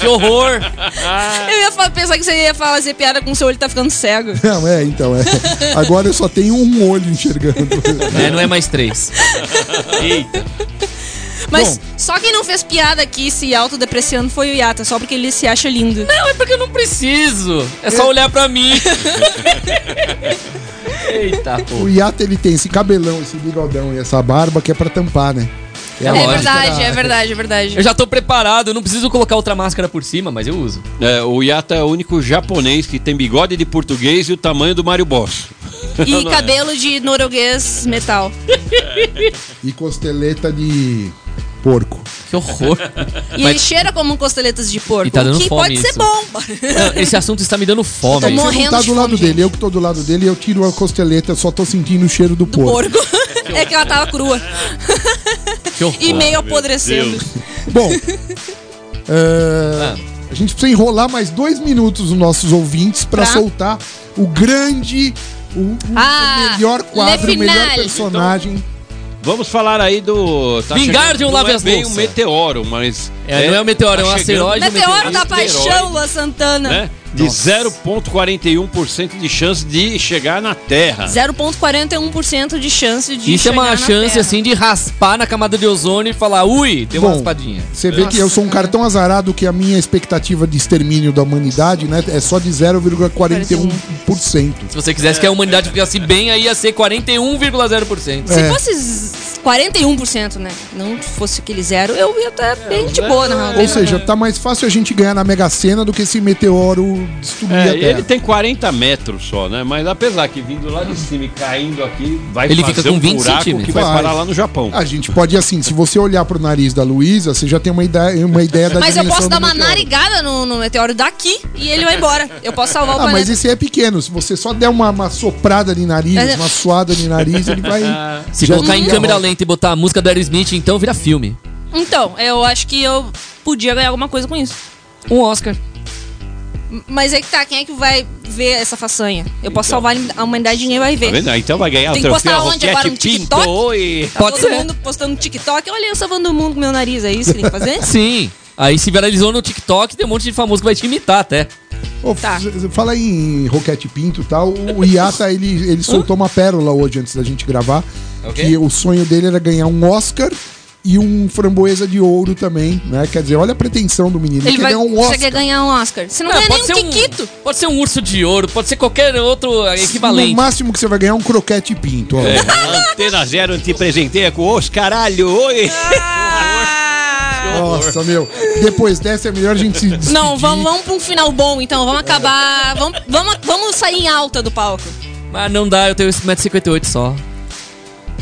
Speaker 7: Que horror!
Speaker 5: Eu ia fa- pensar que você ia fazer piada com o seu olho tá ficando cego.
Speaker 2: Não, é, então, é. Agora eu só tenho um olho enxergando.
Speaker 7: É, não é mais três.
Speaker 6: Eita.
Speaker 5: Mas só quem não fez piada aqui se autodepreciando foi o Yata, só porque ele se acha lindo.
Speaker 7: Não, é porque eu não preciso. É só olhar pra mim. Eita, pô.
Speaker 2: O Yata, ele tem esse cabelão, esse bigodão e essa barba que é pra tampar, né?
Speaker 5: É,
Speaker 7: lógico.
Speaker 5: verdade, é verdade, é verdade.
Speaker 7: Eu já tô preparado, eu não preciso colocar outra máscara por cima, mas eu uso.
Speaker 6: É, o Yata é o único japonês que tem bigode de português e o tamanho do Mario Boss.
Speaker 5: E cabelo de norueguês metal.
Speaker 2: E costeleta de porco.
Speaker 7: Que horror.
Speaker 5: E ele cheira como um costeletas de porco.
Speaker 7: E tá dando
Speaker 5: que
Speaker 7: fome
Speaker 5: pode ser
Speaker 7: isso.
Speaker 5: bom.
Speaker 7: Não, Esse assunto está me dando fome.
Speaker 5: Tô
Speaker 2: Você não
Speaker 5: morrendo
Speaker 2: tá
Speaker 5: de
Speaker 2: do lado dele, eu que tô do lado dele, eu tiro a costeleta, eu só tô sentindo o cheiro do, porco.
Speaker 5: Porco. É que ela tava crua. E meio apodrecendo.
Speaker 2: Bom, é, a gente precisa enrolar mais dois minutos os nossos ouvintes pra
Speaker 5: Tá.
Speaker 2: soltar o grande, o, o
Speaker 5: Ah,
Speaker 2: melhor quadro,
Speaker 5: le
Speaker 2: o melhor
Speaker 5: finale.
Speaker 2: personagem.
Speaker 6: Vamos falar aí do.
Speaker 7: Vingar de um
Speaker 6: não
Speaker 7: lave
Speaker 6: é
Speaker 7: as
Speaker 6: bem
Speaker 7: louças.
Speaker 6: um meteoro, mas.
Speaker 7: É, não é um meteoro, é um
Speaker 6: chegando.
Speaker 7: asteroide, um
Speaker 5: Meteoro da
Speaker 6: Asteroide,
Speaker 5: paixão, Lua Santana.
Speaker 6: né? De 0,41% de chance de chegar na Terra.
Speaker 5: 0,41% de chance de
Speaker 7: Isso é uma
Speaker 5: chegar na
Speaker 7: chance,
Speaker 5: Terra.
Speaker 7: assim, de raspar na camada de ozônio e falar, ui, deu uma
Speaker 2: Bom,
Speaker 7: raspadinha.
Speaker 2: Você vê que eu sou um cartão azarado que a minha expectativa de extermínio da humanidade né, é só de 0,41%.
Speaker 7: Se você quisesse que a humanidade ficasse bem, aí ia ser 41,0%.
Speaker 5: Se fosse z- 41%, né? Não fosse aquele zero, eu ia estar bem de boa, na
Speaker 2: Ou seja, tá mais fácil a gente ganhar na Mega Sena do que esse meteoro destruir
Speaker 6: É,
Speaker 2: a
Speaker 6: e
Speaker 2: Terra.
Speaker 6: ele tem 40 metros só, né? Mas apesar que vindo lá de cima e caindo aqui, vai
Speaker 7: Ele
Speaker 6: fazer
Speaker 7: fica com
Speaker 6: um
Speaker 7: 20
Speaker 6: buraco que
Speaker 7: centímetros.
Speaker 6: vai
Speaker 2: Vai.
Speaker 6: parar lá no Japão.
Speaker 2: A gente pode, assim, se você olhar pro nariz da Luísa, você já tem uma ideia, uma ideia da
Speaker 5: Mas eu
Speaker 2: dimensão
Speaker 5: posso
Speaker 2: do
Speaker 5: dar uma
Speaker 2: meteoro.
Speaker 5: narigada no, no meteoro daqui e ele vai embora. Eu posso salvar o
Speaker 2: Ah, mas
Speaker 5: planeta.
Speaker 2: esse é pequeno. Se você só der uma, uma soprada de nariz,
Speaker 5: né? Mas é-
Speaker 2: uma suada de nariz, ele vai.
Speaker 7: Se
Speaker 2: já
Speaker 7: colocar em
Speaker 2: desvia a
Speaker 7: câmera
Speaker 2: rota.
Speaker 7: lenta e botar a música do Aerosmith, então vira filme.
Speaker 5: Então, eu acho que eu podia ganhar alguma coisa com isso.
Speaker 7: Um Oscar.
Speaker 5: M- Mas é que tá, quem é que vai ver essa façanha? Eu posso salvar a humanidade e ninguém vai
Speaker 6: Então. Tá
Speaker 5: ver.
Speaker 6: vendo? Ah, Então vai ganhar
Speaker 5: Tem
Speaker 6: o
Speaker 5: que
Speaker 6: troféu
Speaker 5: postar onde agora? No
Speaker 6: Roquete
Speaker 5: TikTok?
Speaker 6: Pinto. Oi.
Speaker 5: Tá
Speaker 7: Pode
Speaker 5: todo
Speaker 7: ser.
Speaker 5: mundo postando no TikTok. Olha, eu salvando o mundo com meu nariz. É isso que tem que fazer?
Speaker 7: Sim. Aí se viralizou no TikTok, tem um monte de famoso que vai te imitar até.
Speaker 2: Ô,
Speaker 5: Tá.
Speaker 2: f- Fala em Roquete Pinto e tal. O Iata, ele,
Speaker 5: Hum?
Speaker 2: ele soltou uma pérola hoje antes da gente gravar.
Speaker 5: É
Speaker 7: Ok.
Speaker 2: Que o sonho dele era ganhar um Oscar e um framboesa de ouro também, né? Quer dizer, olha a pretensão do menino. Ele,
Speaker 5: Ele
Speaker 2: quer
Speaker 5: vai
Speaker 2: ganhar um
Speaker 5: você
Speaker 2: Oscar.
Speaker 5: quer ganhar um Oscar. Você não,
Speaker 7: Ah,
Speaker 5: ganha nem
Speaker 7: pode
Speaker 5: um
Speaker 7: ser um-
Speaker 5: Kikito.
Speaker 7: Pode ser um urso de ouro, pode ser qualquer outro
Speaker 2: No
Speaker 7: equivalente.
Speaker 2: máximo que você vai ganhar é um croquete pinto. ó.
Speaker 6: É, Antena Zero te presenteia com os caralho. Oi.
Speaker 2: Ah, Nossa, meu. Depois dessa é melhor a gente se despedir.
Speaker 5: Não, vamos, vamos pra um final bom, então. Vamos acabar. Vamos, vamos, vamos sair em alta do palco.
Speaker 7: Mas não dá, eu tenho 1,58m só.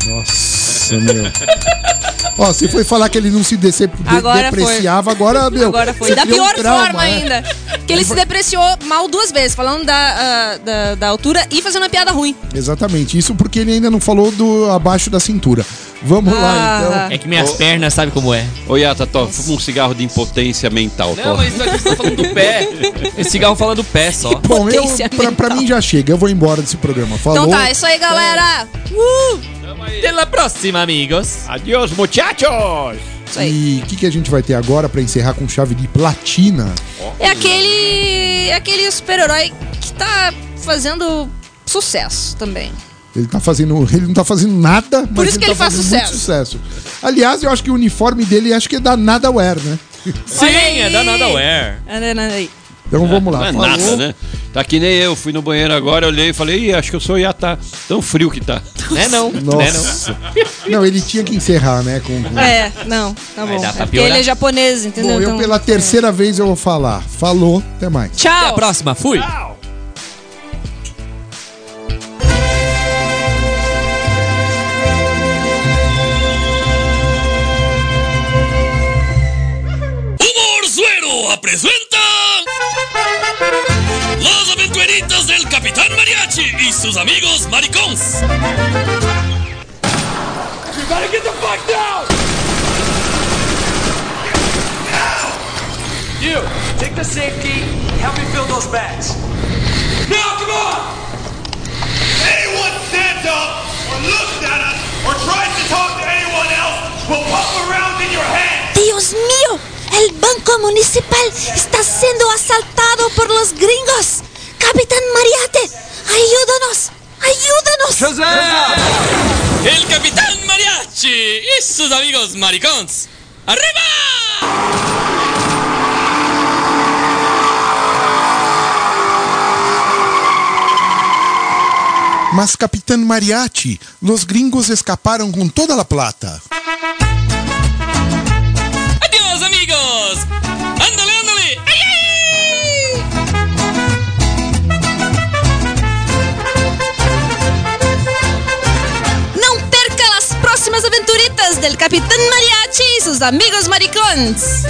Speaker 2: Nossa, meu. Ó, se foi falar que ele não se decep... de-
Speaker 5: Agora foi.
Speaker 2: depreciava, agora, meu.
Speaker 5: Agora foi.
Speaker 2: você
Speaker 5: Da
Speaker 2: criou um
Speaker 5: pior
Speaker 2: trauma,
Speaker 5: forma
Speaker 2: né?
Speaker 5: ainda. Que ele se depreciou mal duas vezes, falando da, ah, da, da altura e fazendo uma piada ruim.
Speaker 2: Exatamente. Isso porque ele ainda não falou do abaixo da cintura. Vamos lá, então.
Speaker 5: Ah,
Speaker 7: É que minhas pernas sabe como é.
Speaker 6: Ô, Yata, to- fuma um cigarro de impotência mental. to.
Speaker 7: isso aqui você tá falando do pé. Esse cigarro fala do pé só.
Speaker 2: Bom, eu,
Speaker 5: potência
Speaker 2: pra, pra mim já chega. Eu vou embora desse programa. Falou.
Speaker 5: Então tá, é isso aí, galera. Uh!
Speaker 7: Até la próxima, amigos.
Speaker 6: Adiós, muchachos.
Speaker 5: é Isso
Speaker 2: aí. E o que, que a gente vai ter agora pra encerrar com chave de platina?
Speaker 5: É aquele. É aquele super-herói que tá fazendo sucesso também.
Speaker 2: Ele tá fazendo. Ele não tá fazendo nada, mas
Speaker 5: Por isso que ele
Speaker 2: tá
Speaker 5: faz
Speaker 2: fazendo muito sucesso. Aliás, eu acho que o uniforme dele acho que é da Nadaware, né?
Speaker 23: Sim, é da Nadaware.
Speaker 5: Olha nada aí.
Speaker 2: Então vamos lá.
Speaker 6: Não é
Speaker 2: falou.
Speaker 6: nada, né? Tá que nem eu, fui no banheiro agora, olhei e falei, Ih, acho que o seu ia tá tão frio que tá.
Speaker 23: Né não? Né
Speaker 2: Nossa. Não, ele tinha que encerrar, né? Com, com-
Speaker 5: É, não, tá bom.
Speaker 23: dá pra
Speaker 5: É porque
Speaker 23: piorar.
Speaker 5: ele é japonês,
Speaker 2: Bom,
Speaker 5: entendeu?
Speaker 2: eu
Speaker 5: Então-
Speaker 2: pela terceira vez eu vou falar. Falou, até mais.
Speaker 5: Tchau.
Speaker 23: Até a próxima, fui.
Speaker 7: Humor Suero apresenta. Los aventueritas del Capitán Mariachi y sus amigos maricons. You better get the fuck down! You, take the safety, help me fill those bags. Now, come on! Anyone stands up or looks at us or tries to talk to anyone else will pop around in your head!
Speaker 24: Dios mío, el Banco Municipal está siendo asaltado por los gringos. Capitán Mariate, ayúdanos, ayúdanos.
Speaker 7: El Capitán Mariachi y sus amigos maricons. ¡Arriba!
Speaker 2: Mas Capitão Mariachi, os gringos escaparam com toda a plata.
Speaker 7: ¡Adiós, amigos! ¡Ándale, ándale! ¡Ay, ay!
Speaker 25: Não perca as próximas aventuritas del Capitão Mariachi e seus amigos maricons.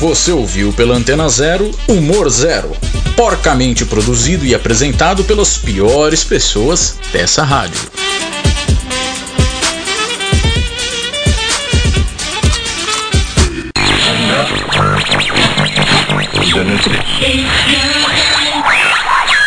Speaker 3: Você ouviu pela Antena Zero Humor Zero, porcamente produzido e apresentado pelas piores pessoas dessa rádio.